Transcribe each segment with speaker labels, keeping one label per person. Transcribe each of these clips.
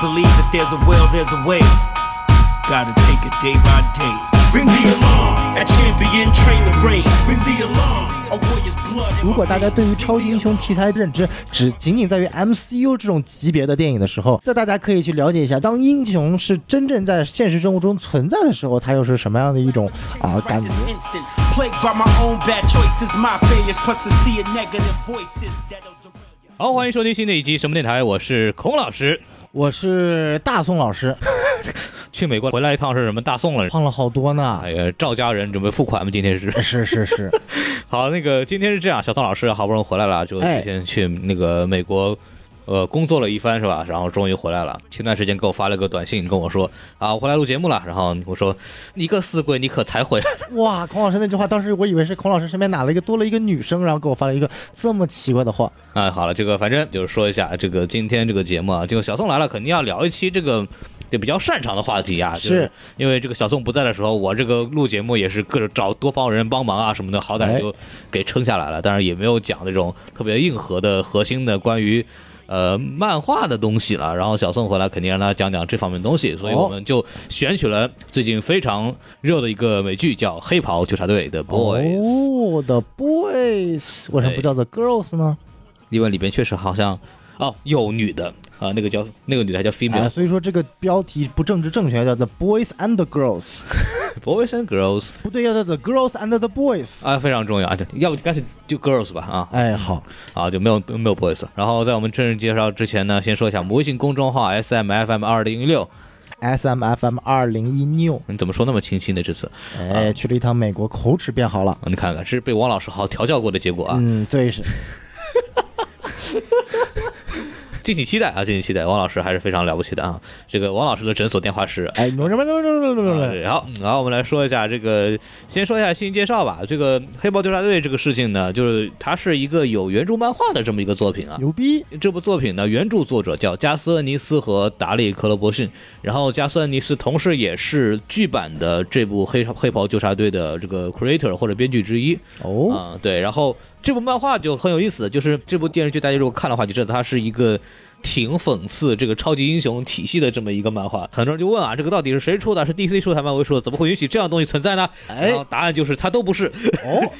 Speaker 1: there's a will, there's a way. Gotta take it day by day. Ring the alarm, a champion trainer reign. Ring the alarm, a warrior's blood.
Speaker 2: 如果大家对于超级英雄题材的认知只仅仅在于 MCU 这种级别的电影的时候，那大家可以去了解一下，当英雄是真正在现实生活中存在的时候，它又是什么样的一种啊感觉？
Speaker 1: instant. Plagued by my own bad choices, my failures, plus to see a negative voices that'll derail you.
Speaker 3: 好，欢迎收听新的一期什么电台，我是孔老师。
Speaker 2: 我是大宋老师，
Speaker 3: 去美国回来一趟是什么大宋了？
Speaker 2: 胖了好多呢
Speaker 3: 哎。呀，赵家人准备付款吗？今天 是
Speaker 2: 是是是，
Speaker 3: 好，那个今天是这样，小宋老师好不容易回来了，就
Speaker 2: 哎
Speaker 3: 之前去那个美国，呃，工作了一番是吧？然后终于回来了。前段时间给我发了个短信，跟我说啊，我回来录节目了。然后我说你个死鬼，你可才回来。
Speaker 2: 哇！孔老师那句话，当时我以为是孔老师身边哪了一个多了一个女生，然后给我发了一个这么奇怪的话。
Speaker 3: 啊，好了，这个反正就是说一下这个今天这个节目啊，这个小宋来了，肯定要聊一期这个。就比较擅长的话题啊，就是因为这个小宋不在的时候，我这个录节目也是各种找多方人帮忙啊什么的，好歹
Speaker 2: 哎
Speaker 3: 就给撑下来了。当然也没有讲那种特别硬核的、核心的关于呃漫画的东西了。然后小宋回来肯定让他讲讲这方面的东西，所以
Speaker 2: 哦
Speaker 3: 我们就选取了最近非常热的一个美剧，叫《黑袍纠察队》的 Boys。
Speaker 2: 哦，The Boys，为什么不叫做 Girls 呢？
Speaker 3: 因为里边确实好像哦有女的啊，那个叫那个女的还叫
Speaker 2: 啊，
Speaker 3: female、
Speaker 2: 所以说这个标题不政治正确，叫 The Boys and the Girls，
Speaker 3: boys and girls
Speaker 2: 不对，要叫 The Girls and the Boys。
Speaker 3: 啊，非常重要啊，对要不就干脆就 girls 吧啊
Speaker 2: 哎，好，
Speaker 3: 啊就没有没有 boys 了。然后在我们正式介绍之前呢，先说一下我们微信公众号 S M F M 二零一六，
Speaker 2: S M F M 二零一 New，
Speaker 3: 你怎么说那么清新呢？这次
Speaker 2: 哎，去了一趟美国，口齿变好了。
Speaker 3: 啊你看看是被王老师好好调教过的结果啊，
Speaker 2: 嗯，对是，
Speaker 3: 敬请期待啊，敬请期待，王老师还是非常了不起的啊。这个王老师的诊所电话是
Speaker 2: 哎，什么什么什么什
Speaker 3: 啊
Speaker 2: 么
Speaker 3: 对好，然后我们来说一下这个，先说一下信息介绍吧。这个《黑豹纠察队》这个事情呢，就是它是一个有原著漫画的这么一个作品啊。
Speaker 2: 牛逼，
Speaker 3: 这部作品呢，原著作者叫加斯恩尼斯和达利克罗伯逊，然后加斯恩尼斯同时也是剧版的这部黑《黑袍纠察队》的这个 creator 或者编剧之一。
Speaker 2: 哦，
Speaker 3: 啊、对，然后这部漫画就很有意思，就是这部电视剧大家如果看的话，就知道它是一个挺讽刺这个超级英雄体系的这么一个漫画。很多人就问啊，这个到底是谁出的？是 DC 出的还是漫威出的？怎么会允许这样的东西存在呢？
Speaker 2: 哎
Speaker 3: 然后答案就是它都不是。
Speaker 2: 哦，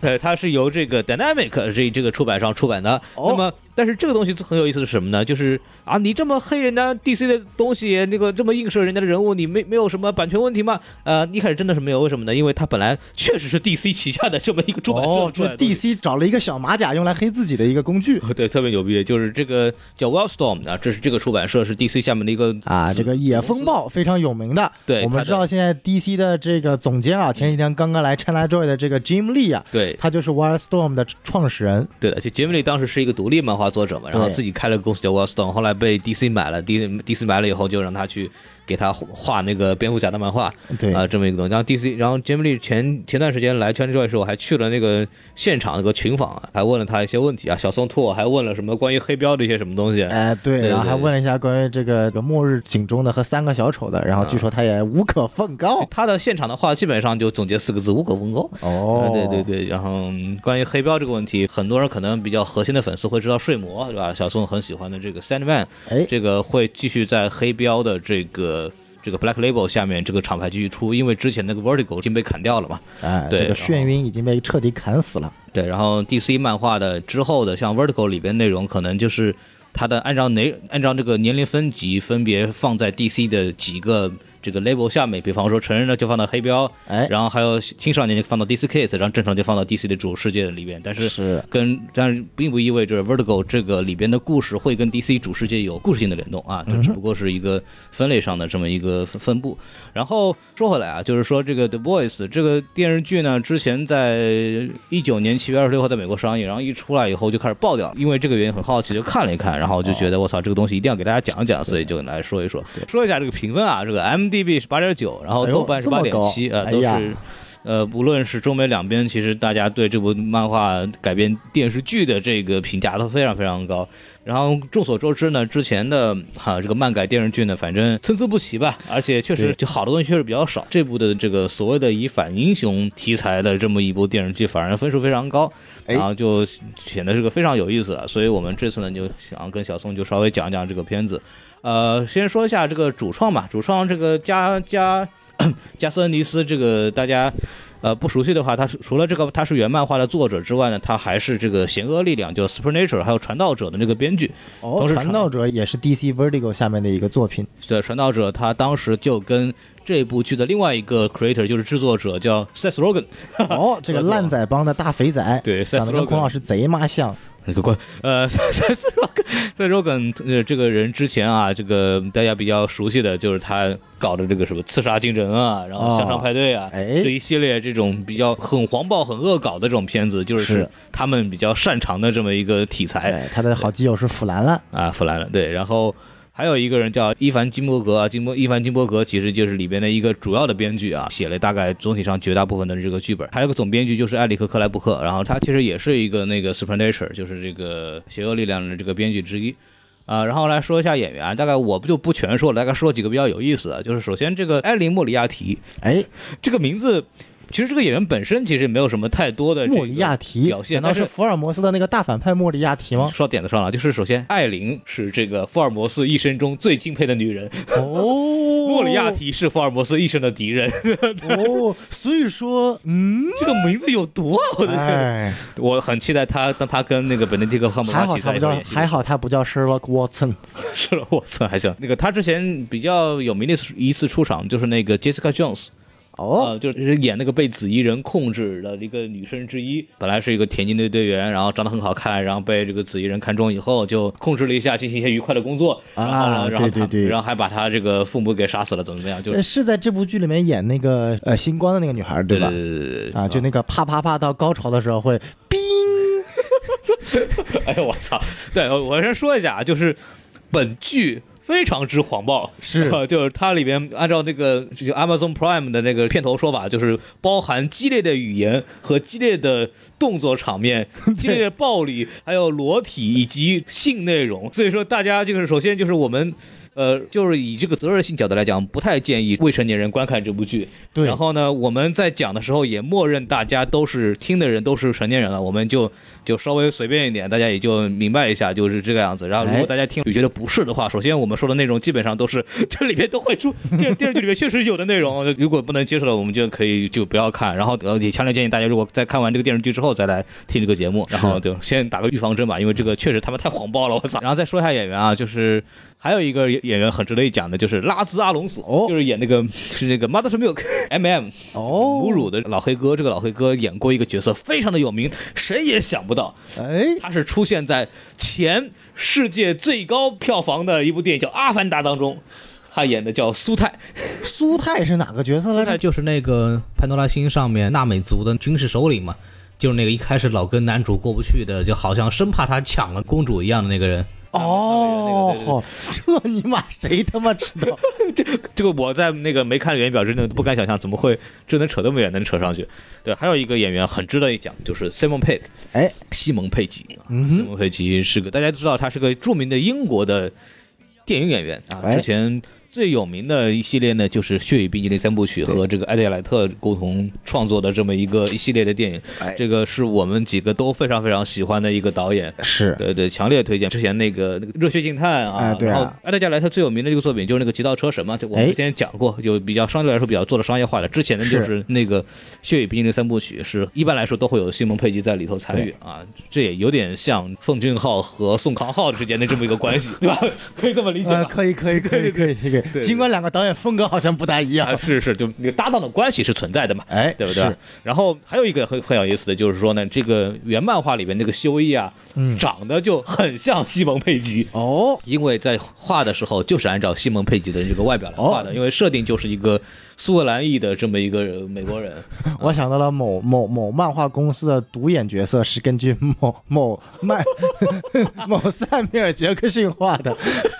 Speaker 3: 呃，它是由这个 Dynamic 这这个出版商出版的。
Speaker 2: 哦
Speaker 3: 那么，但是这个东西很有意思是什么呢？就是啊，你这么黑人家 DC 的东西，那个这么映射人家的人物，你没没有什么版权问题吗？呃，一开始真的是没有，为什么呢？因为它本来确实是 DC 旗下的这么一个出版社
Speaker 2: 哦，
Speaker 3: 出来
Speaker 2: 这
Speaker 3: 的东西
Speaker 2: DC 找了一个小马甲用来黑自己的一个工具
Speaker 3: 对，特别牛逼，就是这个叫 Wellstorm 啊，这是这个出版社是 DC 下面的一个
Speaker 2: 啊，
Speaker 3: 子
Speaker 2: 这个野风暴非常有名的。
Speaker 3: 对
Speaker 2: 我
Speaker 3: 它
Speaker 2: 们
Speaker 3: 的
Speaker 2: 知道现在 DC 的这个总监啊，前几天刚刚来 ChinaJoy 的这个 Jim Lee 啊，
Speaker 3: 对
Speaker 2: 他就是 Wildstorm 的创始人。
Speaker 3: 对的，就杰米里当时是一个独立漫画作者嘛，然后
Speaker 2: 对
Speaker 3: 自己开了个公司叫 Wellstone，后来被 DC 买了，D DC 买了以后就让他去给他画那个蝙蝠侠的漫画，
Speaker 2: 对
Speaker 3: 啊、这么一个东西。然后 DC，然后杰米里前前段时间来 China Joy 的时候，还去了那个现场那个群访啊，还问了他一些问题啊，小松兔还问了什么关于黑标的一些什么东西，
Speaker 2: 哎，对，
Speaker 3: 对
Speaker 2: 然后
Speaker 3: 对
Speaker 2: 还
Speaker 3: 对
Speaker 2: 问了一下关于这个末日警钟的和三个小丑的，
Speaker 3: 啊
Speaker 2: 然后据说他也无可奉告
Speaker 3: 就。他的现场的话基本上就总结四个字：无可奉告。
Speaker 2: 哦
Speaker 3: 啊，对对，对，然后嗯关于黑标这个问题，很多人可能比较核心的粉丝会知道睡魔，对吧？小宋很喜欢的这个 Sandman，
Speaker 2: 哎，
Speaker 3: 这个会继续在黑标的这个这个 Black Label 下面这个厂牌继续出，因为之前那个 Vertigo 已经被砍掉了嘛。
Speaker 2: 哎，
Speaker 3: 对哦
Speaker 2: 这个
Speaker 3: 然后
Speaker 2: 眩晕已经被彻底砍死了。
Speaker 3: 对，然后 DC 漫画的之后的像 Vertigo 里边内容，可能就是它的按照哪按照这个年龄分级分别放在 DC 的几个这个 label 下面，比方说成人的就放到黑标，
Speaker 2: 哎，
Speaker 3: 然后还有青少年就放到 DC Kids，然后正常就放到 DC 的主世界里边，但是。
Speaker 2: 是
Speaker 3: 跟但是并不意味着 Vertigo 这个里边的故事会跟 DC 主世界有故事性的联动啊，这只不过是一个分类上的这么一个分分布。然后说回来啊，就是说这个 The Voice 这个电视剧呢，之前在一九年七月二十六号在美国上映，然后一出来以后就开始爆掉了，因为这个原因很好奇，就看了一看，然后就觉得我操这个东西一定要给大家讲一讲，所以就来说一说，说一下这个评分啊，这个 MDB 是八点九，然后
Speaker 2: 哎呦
Speaker 3: 豆瓣是
Speaker 2: 这么
Speaker 3: 八点
Speaker 2: 高
Speaker 3: 七，呃，
Speaker 2: 哎
Speaker 3: 都
Speaker 2: 呀
Speaker 3: 是。呃，无论是中美两边，其实大家对这部漫画改编电视剧的这个评价都非常非常高。然后众所周知呢，之前的哈、这个漫改电视剧呢，反正参差不齐吧，而且确实
Speaker 2: 对
Speaker 3: 就好的东西确实比较少。这部的这个所谓的以反英雄题材的这么一部电视剧，反而分数非常高，
Speaker 4: 哎
Speaker 3: 然后就显得这个非常有意思了。所以我们这次呢，就想跟小宋就稍微讲讲这个片子。呃，先说一下这个主创吧，主创这个加加加斯恩尼斯，这个大家呃不熟悉的话，他是除了这个他是原漫画的作者之外呢，他还是这个《邪恶力量》就《Supernature》还有《传道者》的这个编剧。
Speaker 2: 哦
Speaker 3: 都是
Speaker 2: 传道者也是 DC Vertigo 下面的一个作 品，
Speaker 3: 对，《传道者》他当时就跟这部剧的另外一个 creator 就是制作者叫 Seth Rogen，
Speaker 2: 哦，这个烂仔帮的大肥仔，
Speaker 3: 对
Speaker 2: 长得跟
Speaker 3: Seth Rogen
Speaker 2: 孔老师贼妈像，
Speaker 3: 那个关呃 ，Seth Rogen Seth Rogen 呃这个人之前啊，这个大家比较熟悉的就是他搞的这个什么刺杀精神啊，然后
Speaker 2: 哦
Speaker 3: 香肠派对啊，
Speaker 2: 哎
Speaker 3: 这一系列这种比较很黄暴、很恶搞的这种片子，就是
Speaker 2: 是
Speaker 3: 他们比较擅长的这么一个题材。
Speaker 2: 哎，他的好基友是腐兰兰，
Speaker 3: 啊，弗兰了，对，然后还有一个人叫伊凡金伯格啊，金伯伊凡金伯格其实就是里边的一个主要的编剧啊，写了大概总体上绝大部分的这个剧本，还有个总编剧就是埃里克克莱布克，然后他其实也是一个那个 Supernature，就是这个邪恶力量的这个编剧之一。啊，然后来说一下演员啊，大概我不就不全说了，大概说几个比较有意思的，就是首先这个埃琳·莫里亚提
Speaker 2: 哎，
Speaker 3: 这个名字，其实这个演员本身其实没有什么太多呃的这
Speaker 2: 莫里
Speaker 3: 个
Speaker 2: 亚提
Speaker 3: 表，现，
Speaker 2: 难道
Speaker 3: 但
Speaker 2: 是福尔摩斯的那个大反派莫里亚提 吗？
Speaker 3: 说到点子上了，啊就是首先，艾琳是这个福尔摩斯一生中最敬佩的女人，
Speaker 2: 哦，
Speaker 3: 莫里亚提是福尔摩斯一生的敌人，
Speaker 2: 哦，所以说，嗯，
Speaker 3: 这个名字有毒啊！我的天，
Speaker 2: 哎，
Speaker 3: 我很期待他，当他跟那个本内蒂克汉姆
Speaker 2: 还
Speaker 3: 拉
Speaker 2: 好
Speaker 3: 奇
Speaker 2: 他不
Speaker 3: 在一块
Speaker 2: 叫
Speaker 3: 演，戏，
Speaker 2: 还好他不叫 Sherlock Watson，
Speaker 3: 是了，我操，还行。那个他之前比较有名的一次出场就是那个 Jessica Jones，
Speaker 2: 哦，
Speaker 3: 呃，就是演那个被紫衣人控制的一个女生之一，本来是一个田径队队员，然后长得很好看，然后被这个紫衣人看中以后，就控制了一下，进行一些愉快的工作，然后呢，
Speaker 2: 啊
Speaker 3: 然后
Speaker 2: 对
Speaker 3: 他
Speaker 2: 对对
Speaker 3: 然后还把他这个父母给杀死了，怎么怎么样，就是
Speaker 2: 呃是在这部剧里面演那个呃星光的那个女孩，
Speaker 3: 对
Speaker 2: 吧？
Speaker 3: 对对对对
Speaker 2: 啊，就那个啪啪啪到高潮的时候会，
Speaker 3: 哎呦我操！对，我我先说一下啊，就是本剧。非常之黄暴， 呃
Speaker 2: 是
Speaker 3: 就是它里边按照那个就 Amazon Prime 的那个片头说法，就是包含激烈的语言和激烈的动作场面、激烈的暴力，还有裸体以及性内容。所以说，大家就是首先就是我们。呃，就是以这个责任性角度来讲，不太建议未成年人观看这部剧。
Speaker 2: 对
Speaker 3: 然后呢，我们在讲的时候也默认大家都是听的人都是成年人了，我们就就稍微随便一点，大家也就明白一下，就是这个样子。然后如
Speaker 2: 哎
Speaker 3: 果大家听觉得不是的话，首先我们说的内容基本上都是 这里面都会出，这电视剧里面确实有的内容。如果不能接受的，我们就可以就不要看。然后呃，也强烈建议大家，如果在看完这个电视剧之后再来听这个节目，然后就先打个预防针吧，因为这个确实他们太黄暴了，我嗯操！然后再说一下演员啊，就是。还有一个演员很值得一讲的，就是拉兹阿隆索，
Speaker 2: 哦
Speaker 3: 就是演那个是那个 Mother's Milk M M
Speaker 2: 哦
Speaker 3: 母乳的老黑哥。这个老黑哥演过一个角色，非常的有名，谁也想不到，
Speaker 2: 哎，
Speaker 3: 他是出现在前世界最高票房的一部电影叫《阿凡达》当中，他演的叫苏泰。
Speaker 2: 苏泰是哪个角色来
Speaker 5: 现在
Speaker 2: 着？
Speaker 5: 就是那个潘多拉星上面纳美族的军事首领嘛，就是那个一开始老跟男主过不去的，就好像生怕他抢了公主一样的那个人。
Speaker 3: 啊
Speaker 2: 哦， 这尼玛谁他妈知 道？
Speaker 3: 这个我在那个没看原表之内都不敢想象，怎么会这能扯那么远，能扯上去？对，还有一个演员很值得一讲，就是 Simon Pegg，
Speaker 2: 哎，
Speaker 3: 西蒙佩吉。啊
Speaker 2: 嗯
Speaker 3: 西
Speaker 2: 哼，
Speaker 3: 蒙佩吉是个大家知道，他是个著名的英国的电影演员啊，
Speaker 2: 哎
Speaker 3: 之前。最有名的一系列呢，就是《血与冰激凌》三部曲和这个艾德莱特共同创作的这么一个一系列的电影
Speaker 4: 哎，
Speaker 3: 这个是我们几个都非常非常喜欢的一个导演。
Speaker 2: 是
Speaker 3: 对对，强烈推荐。之前那个那个《热血警探》啊，
Speaker 2: 哎对啊
Speaker 3: 然后埃德加莱特最有名的一个作品就是那个《极道车神》嘛，就我们
Speaker 2: 哎
Speaker 3: 之前讲过，有比较相对来说比较做的商业化的。之前的就是那个《血与冰激凌》三部曲，是一般来说都会有西蒙佩吉在里头参与啊，这也有点像奉俊昊和宋康昊之间的这么一个关系，对吧？ 可以这么理解
Speaker 2: 呃，
Speaker 3: 吧？
Speaker 2: 可以可以可以可以可以，
Speaker 3: 对
Speaker 2: 尽管两个导演风格好像不大一
Speaker 3: 啊，
Speaker 2: 样，
Speaker 3: 是是，就那个搭档的关系是存在的嘛，
Speaker 2: 哎，
Speaker 3: 对不对
Speaker 2: 是？？
Speaker 3: 然后还有一个很很有意思的就是说呢，这个原漫画里面这个修一啊，
Speaker 2: 嗯
Speaker 3: 长得就很像西蒙佩吉，
Speaker 2: 哦，
Speaker 3: 因为在画的时候就是按照西蒙佩吉的这个外表来画的，
Speaker 2: 哦
Speaker 3: 因为设定就是一个苏格兰裔的这么一个美国人，
Speaker 2: 我想到了某某某漫画公司的独眼角色是根据某某漫 某塞缪尔·杰克逊画的，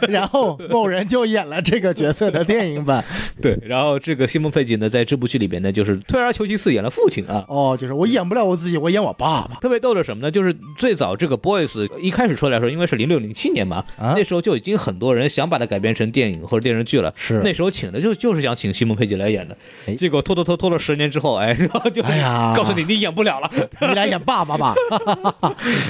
Speaker 2: 然后某人就演了这个角色的电影版。
Speaker 3: 对，然后这个西蒙佩吉呢，在这部剧里边呢，就是退而求其次演了父亲啊。
Speaker 2: 哦，就是我演不了我自己，我演我爸爸。
Speaker 3: 特别逗的是什么呢？就是最早这个 Boys 一开始出来的时候，因为是零六零七年嘛，
Speaker 2: 啊
Speaker 3: 那时候就已经很多人想把它改编成电影或者电视剧了。
Speaker 2: 是
Speaker 3: 那时候请的就就是想请西蒙佩吉来演的
Speaker 2: 哎，
Speaker 3: 结果拖拖拖拖了十年之后，哎，然后就
Speaker 2: 哎呀
Speaker 3: 告诉你你演不 了了，
Speaker 2: 你来演爸爸吧，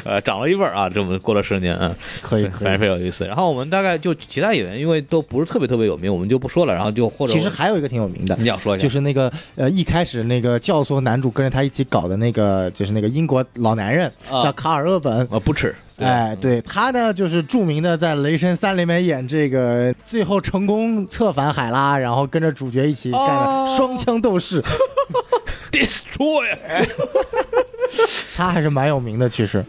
Speaker 3: 呃，涨了一倍儿啊，这么过了十年啊。
Speaker 2: 可以
Speaker 3: 对
Speaker 2: 可
Speaker 3: 反正
Speaker 2: 以。
Speaker 3: 非常有意思。然后我们大概就其他演员，因为都不是特别特别有名，我们就不说了。然后就或者
Speaker 2: 其实还有一个挺有名的
Speaker 3: 你，想说一下，
Speaker 2: 就是那个呃，一开始那个教唆男主跟着他一起搞的那个，就是那个英国老男人，
Speaker 3: 啊
Speaker 2: 叫卡尔·厄本。
Speaker 3: 啊不耻，对吧
Speaker 2: 哎，对他呢，就是著名的在《雷神三》里面演这个，最后成功策反海拉，然后跟着主角一起干
Speaker 3: 哦
Speaker 2: 了双枪斗 士，
Speaker 3: ，destroy。
Speaker 2: 他还是蛮有名的。其 实，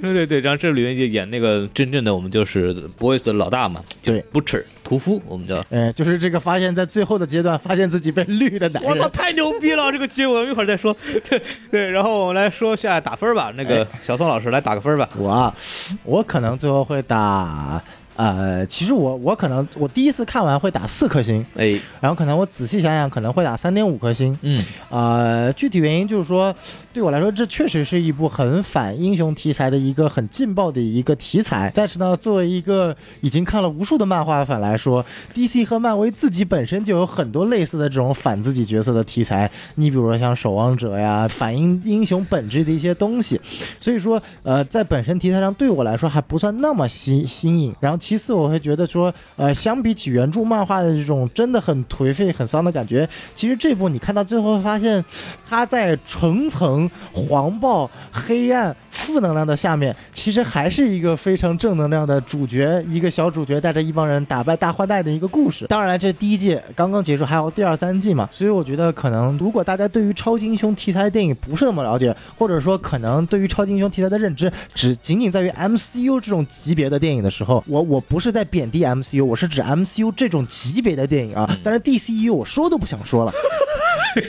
Speaker 3: 对对对，然后这里面就演那个真正的我们就是 boys 的老大嘛，就
Speaker 2: 对
Speaker 3: 不耻屠夫，我们叫。
Speaker 2: 哎，就是这个发现，在最后的阶段，发现自己被绿的男
Speaker 3: 我 操，
Speaker 2: 人，
Speaker 3: 太牛逼了！这个结果一会儿再说。 对对，然后我们来说一下打分吧。那个小宋老师来打个分吧。
Speaker 2: 我啊，我可能最后会打，呃，其实我我可能我第一次看完会打四颗星，
Speaker 3: 哎，
Speaker 2: 然后可能我仔细想想，可能会打三点五颗星。
Speaker 3: 嗯，
Speaker 2: 呃，具体原因就是说，对我来说，这确实是一部很反英雄题材的一个很劲爆的一个题材。但是呢，作为一个已经看了无数的漫画粉来说，DC 和漫威自己本身就有很多类似的这种反自己角色的题材。你比如说像《守望者》呀，反映英雄本质的一些东西。所以说，呃，在本身题材上对我来说还不算那么新新颖。然后其次，我会觉得说，呃，相比起原著漫画的这种真的很颓废、很丧的感觉，其实这部你看到最后会发现，它在层层黄暴、黑暗、负能量的下面，其实还是一个非常正能量的主角，一个小主角带着一帮人打败大坏蛋的一个故事。当然了，这第一季刚刚结束，还有第二三季嘛，所以我觉得可能如果大家对于超级英雄题材的电影不是那么了解，或者说可能对于超级英雄题材的认知只仅仅在于 MCU 这种级别的电影的时候，我我不是在贬低 MCU，我是指 MCU 这种级别的电影啊。但是 DCU 我说都不想说了。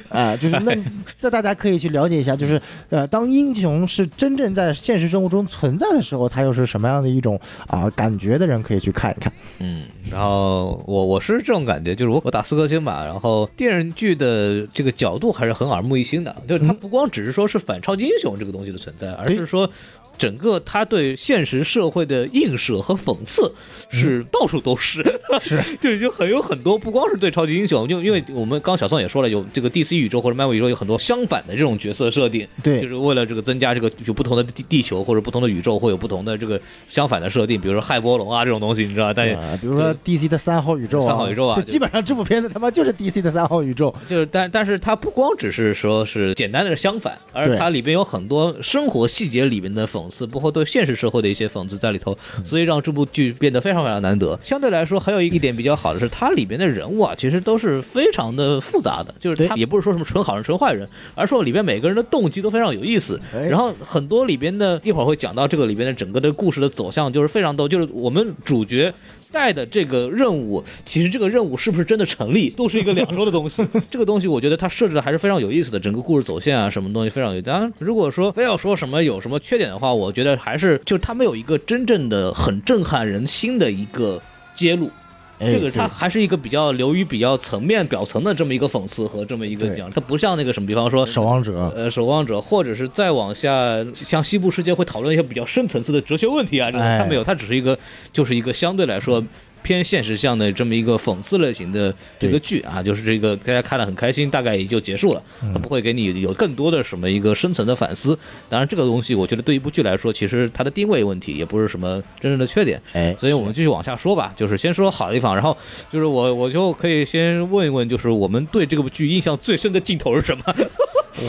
Speaker 2: 啊，就是 那这大家可以去了解一下，就是呃，当英雄是真正在现实生活中存在的时候，他又是什么样的一种啊、感觉的人可以去看一看。
Speaker 3: 嗯，然后我我是这种感觉，就是我我打四颗星吧，然后电视剧的这个角度还是很耳目一新的，就是它不光只是说是反超级英雄这个东西的存在，而是说。整个它对现实社会的映射和讽刺是到处都是，嗯是 就已经很有很多，不光是对超级英雄，就因为我们刚小宋也说了，有这个 DC 宇宙或者漫威宇宙有很多相反的这种角色设定，
Speaker 2: 对
Speaker 3: 就是为了这个增加这个有不同的地地球或者不同的宇宙会有不同的这个相反的设定，比如说骇波龙啊这种东西，你知道，但也
Speaker 2: 啊，比如说 DC 的三号宇宙、啊，
Speaker 3: 三号宇宙啊
Speaker 2: 就
Speaker 3: 就
Speaker 2: 基本上这部片子他妈就是 DC 的三号宇宙。
Speaker 3: 就是，但但是它不光只是说是简单的相反，而
Speaker 2: 对
Speaker 3: 它里边有很多生活细节里面的讽刺，包括对现实社会的一些讽刺在里头，
Speaker 2: 嗯
Speaker 3: 所以让这部剧变得非常非常难得。相对来说，还有一点比较好的是，它里边的人物啊，其实都是非常的复杂的，就是
Speaker 2: 对
Speaker 3: 它也不是说什么纯好人纯坏人，而是说里边每个人的动机都非常有意思。
Speaker 2: 哎
Speaker 3: 然后很多里边的，一会儿会讲到这个里边的整个的故事的走向，就是非常逗，就是我们主角带的这个任务，其实这个任务是不是真的成立，都是一个两说的东西。这个东西我觉得它设置的还是非常有意思的，整个故事走线啊，什么东西非常有。当然，如果说非要说什么有什么缺点的话，我觉得还是就是它没有一个真正的很震撼人心的一个揭露。
Speaker 2: 哎
Speaker 3: 这个它
Speaker 2: 对
Speaker 3: 还是一个比较流于比较层面表层的这么一个讽刺和这么一个
Speaker 2: 对
Speaker 3: 讲，它不像那个什么，比方说
Speaker 2: 守望者，
Speaker 3: 呃，守望者，或者是再往下，像西部世界会讨论一些比较深层次的哲学问题啊，这种
Speaker 2: 哎
Speaker 3: 他没有，他只是一个，就是一个相对来说偏现实向的这么一个讽刺类型的这个
Speaker 2: 对
Speaker 3: 剧啊，就是这个大家看了很开心，大概也就结束了，
Speaker 2: 嗯
Speaker 3: 它不会给你有更多的什么一个深层的反思。当然，这个东西我觉得对一部剧来说，其实它的定位问题也不是什么真正的缺点。
Speaker 2: 哎，
Speaker 3: 所以我们继续往下说吧，就是先说好的地方，然后就是我我就可以先问一问，就是我们对这个剧印象最深的镜头是什么？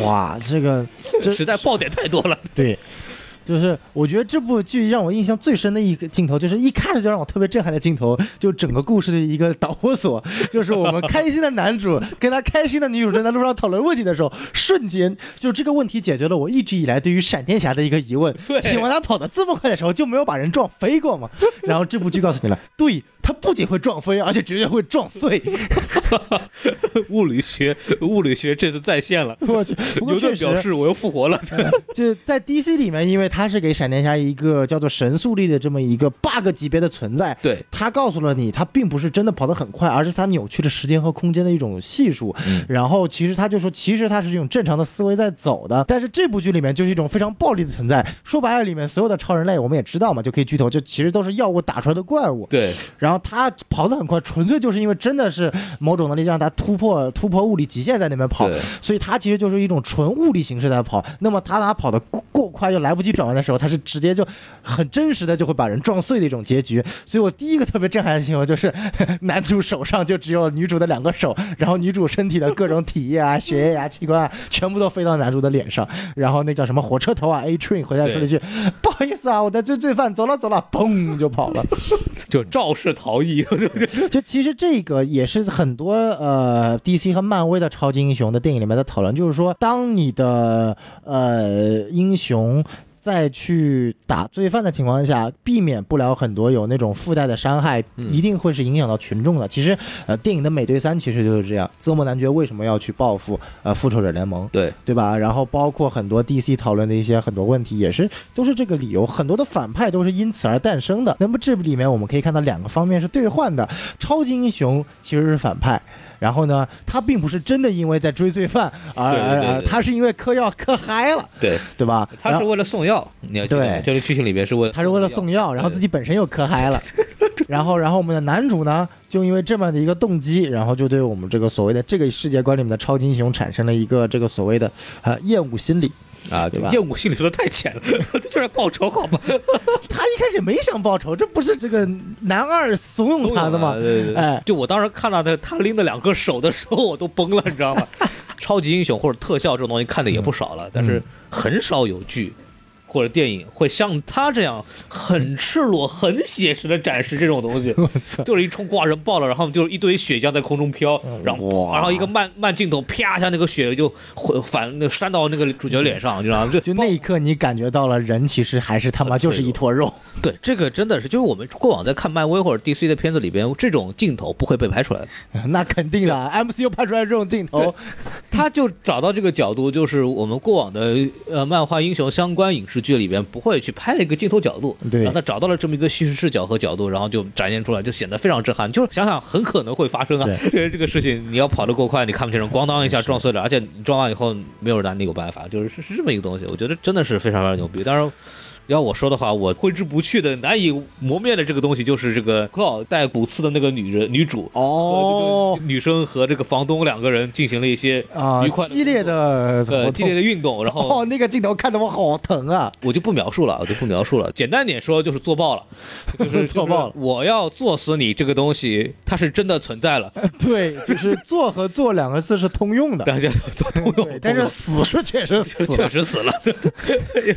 Speaker 2: 哇，这 个这
Speaker 3: 实在爆点太多了。
Speaker 2: 对。就是我觉得这部剧让我印象最深的一个镜头，就是一开始就让我特别震撼的镜头，就整个故事的一个导火索，就是我们开心的男主跟他开心的女主正在路上讨论问题的时候，瞬间就这个问题解决了我一直以来对于闪电侠的一个疑问。
Speaker 3: 对
Speaker 2: 请问他跑得这么快的时候就没有把人撞飞过吗？ 然后这部剧告诉你了，对他不仅会撞飞，而且直接会撞碎。
Speaker 3: 物理学，物理学这次在线了。
Speaker 2: 我去，不过
Speaker 3: 牛顿
Speaker 2: 确实
Speaker 3: 表示我又复活了。
Speaker 2: 就是在 DC 里面，因为他是给闪电侠一个叫做神速力的这么一个 bug 级别的存在。
Speaker 3: 对，
Speaker 2: 他告诉了你，他并不是真的跑得很快，而是他扭曲了时间和空间的一种系数。
Speaker 3: 嗯
Speaker 2: 然后其实他就说，其实他是用正常的思维在走的，但是这部剧里面就是一种非常暴力的存在。说白了，里面所有的超人类我们也知道嘛，就可以剧透，就其实都是药物打出来的怪物。
Speaker 3: 对，
Speaker 2: 然后他跑得很快，纯粹就是因为真的是某种能力让他突破突破物理极限在那边跑
Speaker 3: 对，
Speaker 2: 所以他其实就是一种纯物理形式在跑。那么他他跑得过过快又来不及转弯的时候，他是直接就很真实的就会把人撞碎的一种结局。所以我第一个特别震撼的新闻就是 男主手上就只有女主的两个手，然后女主身体的各种体液啊、血液啊、器官啊，全部都飞到男主的脸上。然后那叫什么火车头啊，A train 回来说了一句：“不好意思啊，我在追罪犯，走了走了，嘣就跑了。”
Speaker 3: 就肇事逃逸，
Speaker 2: 就其实这个也是很多呃 DC 和漫威的超级英雄的电影里面的讨论，就是说，当你的呃英雄。在去打罪犯的情况下，避免不了很多有那种附带的伤害，
Speaker 3: 嗯
Speaker 2: 一定会是影响到群众的。其实，呃，电影的《美队三》其实就是这样。泽莫男爵为什么要去报复呃复仇者联盟？
Speaker 3: 对，
Speaker 2: 对吧？然后包括很多 DC 讨论的一些很多问题，也是都是这个理由，很多的反派都是因此而诞生的。那么这里面我们可以看到两个方面是兑换的，超级英雄其实是反派。然后呢，他并不是真的因为在追罪犯，而
Speaker 3: 对对对
Speaker 2: 而而
Speaker 3: 对
Speaker 2: 他是因为嗑药嗑嗨了，
Speaker 3: 对，
Speaker 2: 对吧？
Speaker 3: 他
Speaker 2: 然
Speaker 3: 是
Speaker 2: 后
Speaker 3: 为了送药，你要记得
Speaker 2: 对
Speaker 3: 这个剧情里面是为了
Speaker 2: 他是为了送药，然后
Speaker 3: 对
Speaker 2: 自己本身又嗑嗨了， 然后然后我们的男主呢，就因为这么的一个动机，然后就对我们这个所谓的这个世界观里面的超级英雄产生了一个这个所谓的呃厌恶心理。
Speaker 3: 啊，
Speaker 2: 对
Speaker 3: 对
Speaker 2: 吧
Speaker 3: 业务心理说得太浅了， 就是来报仇好吗？
Speaker 2: 他一开始没想报仇，这不是这个男二怂恿他的
Speaker 3: 啊
Speaker 2: 吗？
Speaker 6: 对对对
Speaker 2: 哎，
Speaker 6: 就我
Speaker 3: 我当时看到他他拎的两个手的时候，我都崩了，你知道吗？ 超级英雄或者特效这种东西看的也不少
Speaker 2: 嗯
Speaker 3: 了，但是很少有剧或者电影会像他这样很赤裸、很写实的展示这种东西。
Speaker 2: 我操！
Speaker 3: 就是一冲挂人爆了，然后就是一堆血浆在空中飘，然后
Speaker 2: 哇
Speaker 3: 然后一个慢慢镜头，啪一下那个血就回反那个扇到那个主角脸上，你知道吗？就
Speaker 2: 就那一刻，你感觉到了人其实还是他妈就是一坨 肉。
Speaker 3: 对这个真的是，就是我们过往在看漫威或者 DC 的片子里边，这种镜头不会被拍出来的。
Speaker 2: 那肯定了，MCU 拍出来这种镜头，
Speaker 3: 他就找到这个角度，就是我们过往的呃漫画英雄相关影视剧里边不会去拍的一个镜头角度，
Speaker 2: 对
Speaker 3: 然后他找到了这么一个叙事视角和角度，然后就展现出来，就显得非常震撼。就是想想很可能会发生啊，这这个事情你要跑得够快，你看不清楚，咣当一下撞碎了，而且你撞完以后没有人拿你有办法，就是是是这么一个东西，我觉得真的是非常非常牛逼。当然。要我说的话，我挥之不去的、难以磨灭的这个东西，就是这个克劳带骨刺的那个女人女主
Speaker 2: 哦
Speaker 3: 和这个女生和这个房东两个人进行了一些
Speaker 2: 啊
Speaker 3: 愉快，
Speaker 2: 激烈的活
Speaker 3: 呃
Speaker 2: 动
Speaker 3: 激烈的运 动，然
Speaker 2: 哦，
Speaker 3: 后
Speaker 2: 那个镜头看得我好疼啊！
Speaker 3: 我就不描述了，我就不描述了。简单点说就是做 爆了，就是
Speaker 2: 做爆了
Speaker 3: 就是我要做死你这个东西，它是真的存在 了，
Speaker 2: 对，就是做和做两个字是通用的，
Speaker 3: 大家都都通
Speaker 2: 对
Speaker 3: 用，
Speaker 2: 但是
Speaker 3: 通
Speaker 2: 死是确实 死
Speaker 3: 用
Speaker 2: 了
Speaker 3: 确。实死了，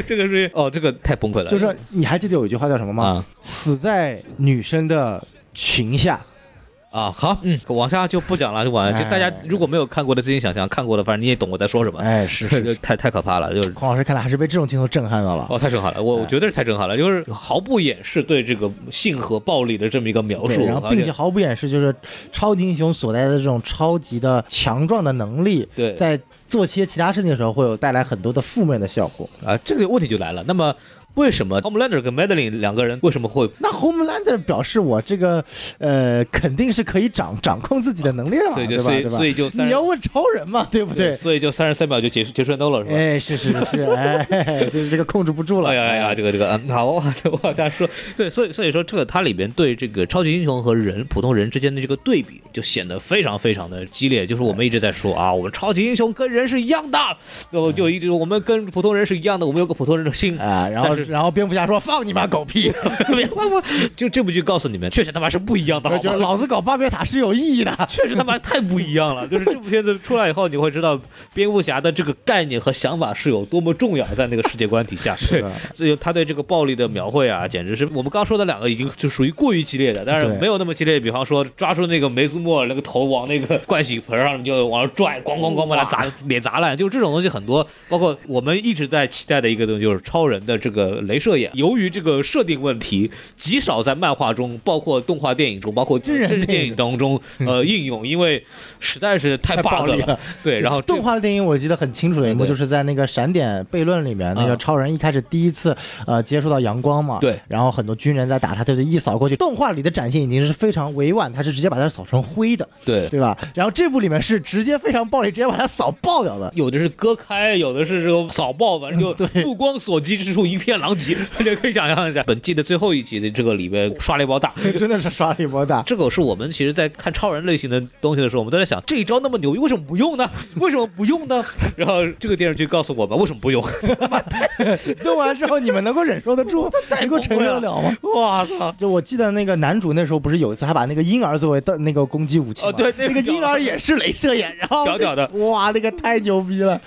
Speaker 3: 这个是哦，这个太崩溃了，
Speaker 2: 就是你还记得有一句话叫什么吗？
Speaker 3: 啊
Speaker 2: 死在女生的裙下。
Speaker 3: 啊，好，嗯，往下就不讲了，就往下，就大家如果没有看过的自行想象，看过的反正你也懂我在说什么，
Speaker 2: 哎，是
Speaker 3: 这
Speaker 2: 是。
Speaker 3: 个太太可怕了，就是
Speaker 2: 孔老师看来还是被这种镜头震撼到了。
Speaker 3: 哦，太震撼了！我我觉得是太震撼了，就是毫不掩饰对这个性和暴力的这么一个描
Speaker 2: 对
Speaker 3: 述，
Speaker 2: 然后
Speaker 3: 而且
Speaker 2: 并且毫不掩饰，就是超级英雄所带的这种超级的强壮的能力，
Speaker 3: 对
Speaker 2: 在做些其他事情的时候会有带来很多的负面的效果。
Speaker 3: 啊，这个问题就来了。那么为什么 Homelander 跟 Madeline 两个人为什么会？
Speaker 2: 那 Homelander 表示我这个呃肯定是可以掌掌控自己的能力了，
Speaker 3: 对
Speaker 2: 对吧？
Speaker 3: 就所以
Speaker 2: 对吧？
Speaker 3: 所以就三
Speaker 2: 你要问超人嘛，对不对？
Speaker 3: 所以就三十三秒就结束结束战斗了，是吧？
Speaker 2: 哎，是是是，哎， 就是这个控制不住了。
Speaker 3: 哎呀哎呀，这个这个，嗯好，我我往下说。对，所以所以说，这个它里边对这个超级英雄和人普通人之间的这个对比，就显得非常非常的激烈。就是我们一直在说啊，
Speaker 2: 嗯
Speaker 3: 我们超级英雄跟人是一样的，就就一直我们跟普通人是一样的，我们有个普通人的心
Speaker 2: 啊，然后
Speaker 3: 但是
Speaker 2: 然后蝙蝠侠说放你妈狗 屁，
Speaker 3: 别不不，就这部剧告诉你们，确实他妈是不一样的，好
Speaker 2: 就是
Speaker 3: 吗？
Speaker 2: 老子搞巴别塔是有意义的。
Speaker 3: 确实他妈太不一 样了。就是这部片子出来以后，你会知道蝙蝠侠的这个概念和想法是有多么重要，在那个世界观底下。对
Speaker 2: 的，
Speaker 3: 所以他对这个暴力的描绘啊，简直是我们刚说的两个已经就属于过于激烈的，但是
Speaker 2: 对
Speaker 3: 没有那么激烈。比方说抓住那个梅兹莫尔那个头往那 个盥洗盆上就往上拽，咣咣咣把它砸脸砸烂，就是这种东西很多。包括我们一直在期待的一个东西，就是超人的这个个镭射眼，由于这个设定问题，极少在漫画中，包括动画电影中，包括真人电影当中，呃，应用，因为实在是
Speaker 2: 嗯
Speaker 3: 太
Speaker 2: 太
Speaker 3: bug
Speaker 2: 暴力了。
Speaker 3: 对，然后这
Speaker 2: 动画的电影我记得很清楚的一幕，
Speaker 3: 对对
Speaker 2: 就是在那个《闪点悖论》里面，那个
Speaker 3: 嗯
Speaker 2: 超人一开始第一次呃接触到阳光嘛，
Speaker 3: 对
Speaker 2: 然后很多军人在打他，就是一扫过去。动画里的展现已经是非常委婉，他是直接把他扫成灰的，
Speaker 3: 对。
Speaker 2: 对吧？然后这部里面是直接非常暴力，直接把他扫爆掉 的。
Speaker 3: 有的是割开，有的是这个扫爆，反正 就目光所及之处一片狼藉， 大家可以想象一下。本季的最后一集的这个里边刷了一包大，
Speaker 2: 真的是刷了一波大，
Speaker 3: 这个是我们其实，在看超人类型的东西的时候，我们都在想，这一招那么牛逼，为什么不用呢？ 为什么不用呢？ 然后这个电视剧告诉我们，为什么不用？
Speaker 2: 弄完啊之后你们能够忍受得 住，能够承受得了吗？
Speaker 3: 哇操！
Speaker 2: 就我记得那个男主那时候不是有一次还把那个婴儿作为的那个攻击武器吗
Speaker 3: 哦，对，那
Speaker 2: 那个婴儿 也是镭射眼，然后
Speaker 3: 屌屌的
Speaker 2: 哇，那个太牛逼 了！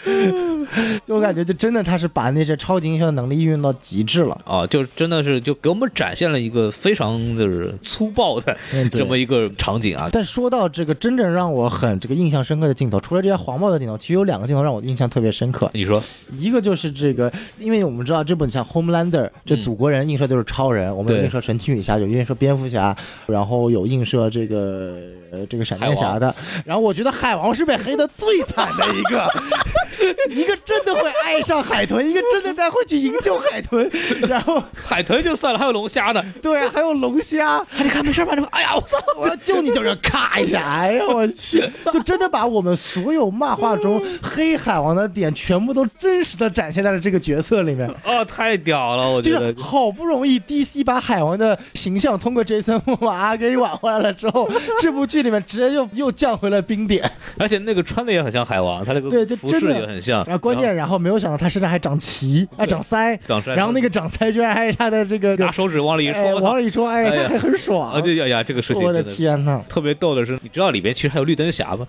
Speaker 2: 就我感觉，就真的他是把那些超级英雄的能力运用到极致了。
Speaker 3: 啊，就真的是就给我们展现了一个非常就是粗暴的
Speaker 2: 嗯对
Speaker 3: 这么一个场景啊。
Speaker 2: 但说到这个真正让我很这个印象深刻的镜头，除了这些黄帽的镜头，其实有两个镜头让我印象特别深刻。
Speaker 3: 你说
Speaker 2: 一个就是这个，因为我们知道这部像《Homelander》，这祖国人映射就是超人，我们有
Speaker 3: 对
Speaker 2: 映射神奇女侠，有映射蝙蝠侠，然后有映射这个呃这个闪电侠的。然后我觉得海王是被黑的最惨的一个， 一个真的会爱上海豚，一个真的在会去营救海豚，然后
Speaker 3: 海豚就算了，还有龙虾呢。
Speaker 2: 对，还有龙虾，你看没事吧？你哎呀，我操！我要救你，就是咔一下，哎呀，我去，就真的把我们所有漫画中黑海王的点全部都真实的展现在了这个角色里面。
Speaker 3: 哦，太屌了，我
Speaker 2: 就
Speaker 3: 觉得
Speaker 2: 是好不容易 DC 把海王的形象通过 Jason m o 给挽回来了之后，这部剧里面直接又又降回了冰 点。
Speaker 3: 而且那个穿的也很像海王，他那
Speaker 2: 对
Speaker 3: 个
Speaker 2: 就
Speaker 3: 服
Speaker 2: 真
Speaker 3: 饰
Speaker 2: 的
Speaker 3: 也很像。
Speaker 2: 然后关键，然后没有想到他身上还长鳍，啊，长腮，
Speaker 3: 长出来，
Speaker 2: 然后那个长腮居然还是他的这个，
Speaker 3: 拿手指往里一
Speaker 2: 哎
Speaker 3: 戳，我
Speaker 2: 往
Speaker 3: 操！
Speaker 2: 里一戳，哎，
Speaker 3: 哎
Speaker 2: 他
Speaker 3: 呀
Speaker 2: 还很爽
Speaker 3: 啊，。对呀呀，这个事情
Speaker 2: 我的
Speaker 3: 真的是。
Speaker 2: 天呐，
Speaker 3: 特别逗的是，你知道里边其实还有绿灯侠吗？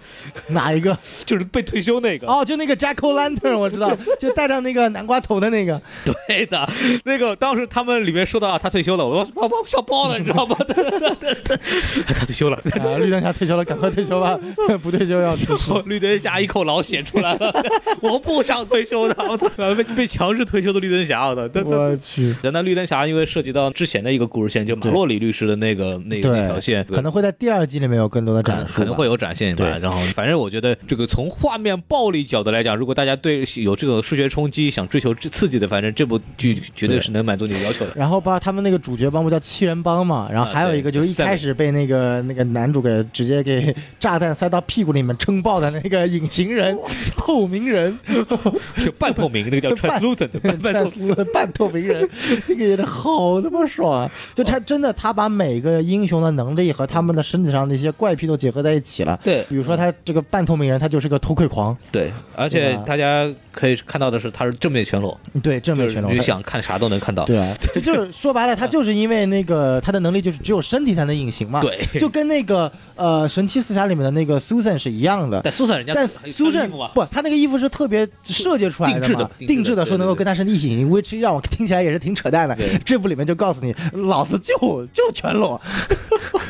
Speaker 2: 哪一个？
Speaker 3: 就是被退休那个。
Speaker 2: 哦，就那个 Jack O' Lantern，我知 道，就戴上那个南瓜头的那个，
Speaker 3: 对的，那个当时他们里面说到啊，他退休了，我我我笑爆了，你知道吗？他退休了，
Speaker 2: 啊，绿灯侠退休了，赶快退休吧， 不退休要去世。
Speaker 3: 绿灯侠一口老血出来了，我不想退休的，我操，被被强制退休的绿灯侠，我操，对
Speaker 2: 我去，
Speaker 3: 但那绿灯侠因为涉及到之前的一个故事线，就马洛里律师的那个那
Speaker 2: 对
Speaker 3: 那条线，
Speaker 2: 可能会在第二季里面有更多的
Speaker 3: 可
Speaker 2: 展
Speaker 3: 能
Speaker 2: 述吧，
Speaker 3: 可能会有展现吧
Speaker 2: 对。
Speaker 3: 然后，反正我觉得这个从画面暴力角度来讲，如果大家对有这个视觉冲击、想追求刺激的，反正这部剧绝对是能满足你的要求的。
Speaker 2: 然后吧，他们那个主角帮不叫七人帮嘛，然后还有一个
Speaker 3: 啊对
Speaker 2: 就是一开始被那
Speaker 3: 啊
Speaker 2: 个那个男主给直接给炸弹塞到屁股里面撑爆的那个隐形人、透明人、
Speaker 3: 就半透明， 那个叫 translucent，半半透明。
Speaker 2: 半透明 人，那个也是好他妈爽啊！就他真的他把每个英雄的能力和他们的身体上那些怪癖都结合在一起了。
Speaker 3: 对
Speaker 2: 比如说他这个半透明人，他就是个偷窥狂，
Speaker 3: 对，而
Speaker 2: 对
Speaker 3: 且
Speaker 2: 吧
Speaker 3: 大家可以看到的是，他是正面全裸，
Speaker 2: 对，正面
Speaker 3: 就是
Speaker 2: 全龙。
Speaker 3: 你
Speaker 2: 他
Speaker 3: 想看啥都能看到。
Speaker 2: 对啊，这就是说白了，他就是因为那个他的能力就是只有身体才能隐形嘛，
Speaker 3: 对
Speaker 2: 就跟那个呃神奇四侠里面的那个 Susan 是一样的。
Speaker 3: 但苏珊人家
Speaker 2: 但
Speaker 3: 还有
Speaker 2: Susan
Speaker 3: 穿衣服啊
Speaker 2: 不，他那个衣服是特别设计出来
Speaker 3: 定制
Speaker 2: 嘛
Speaker 3: 的，
Speaker 2: 定制的，
Speaker 3: 定制的
Speaker 2: 说能够跟他身体一起，which 让我听起来也是挺扯淡的
Speaker 3: 对。
Speaker 2: 这部里面就告诉你，老子就就全裸，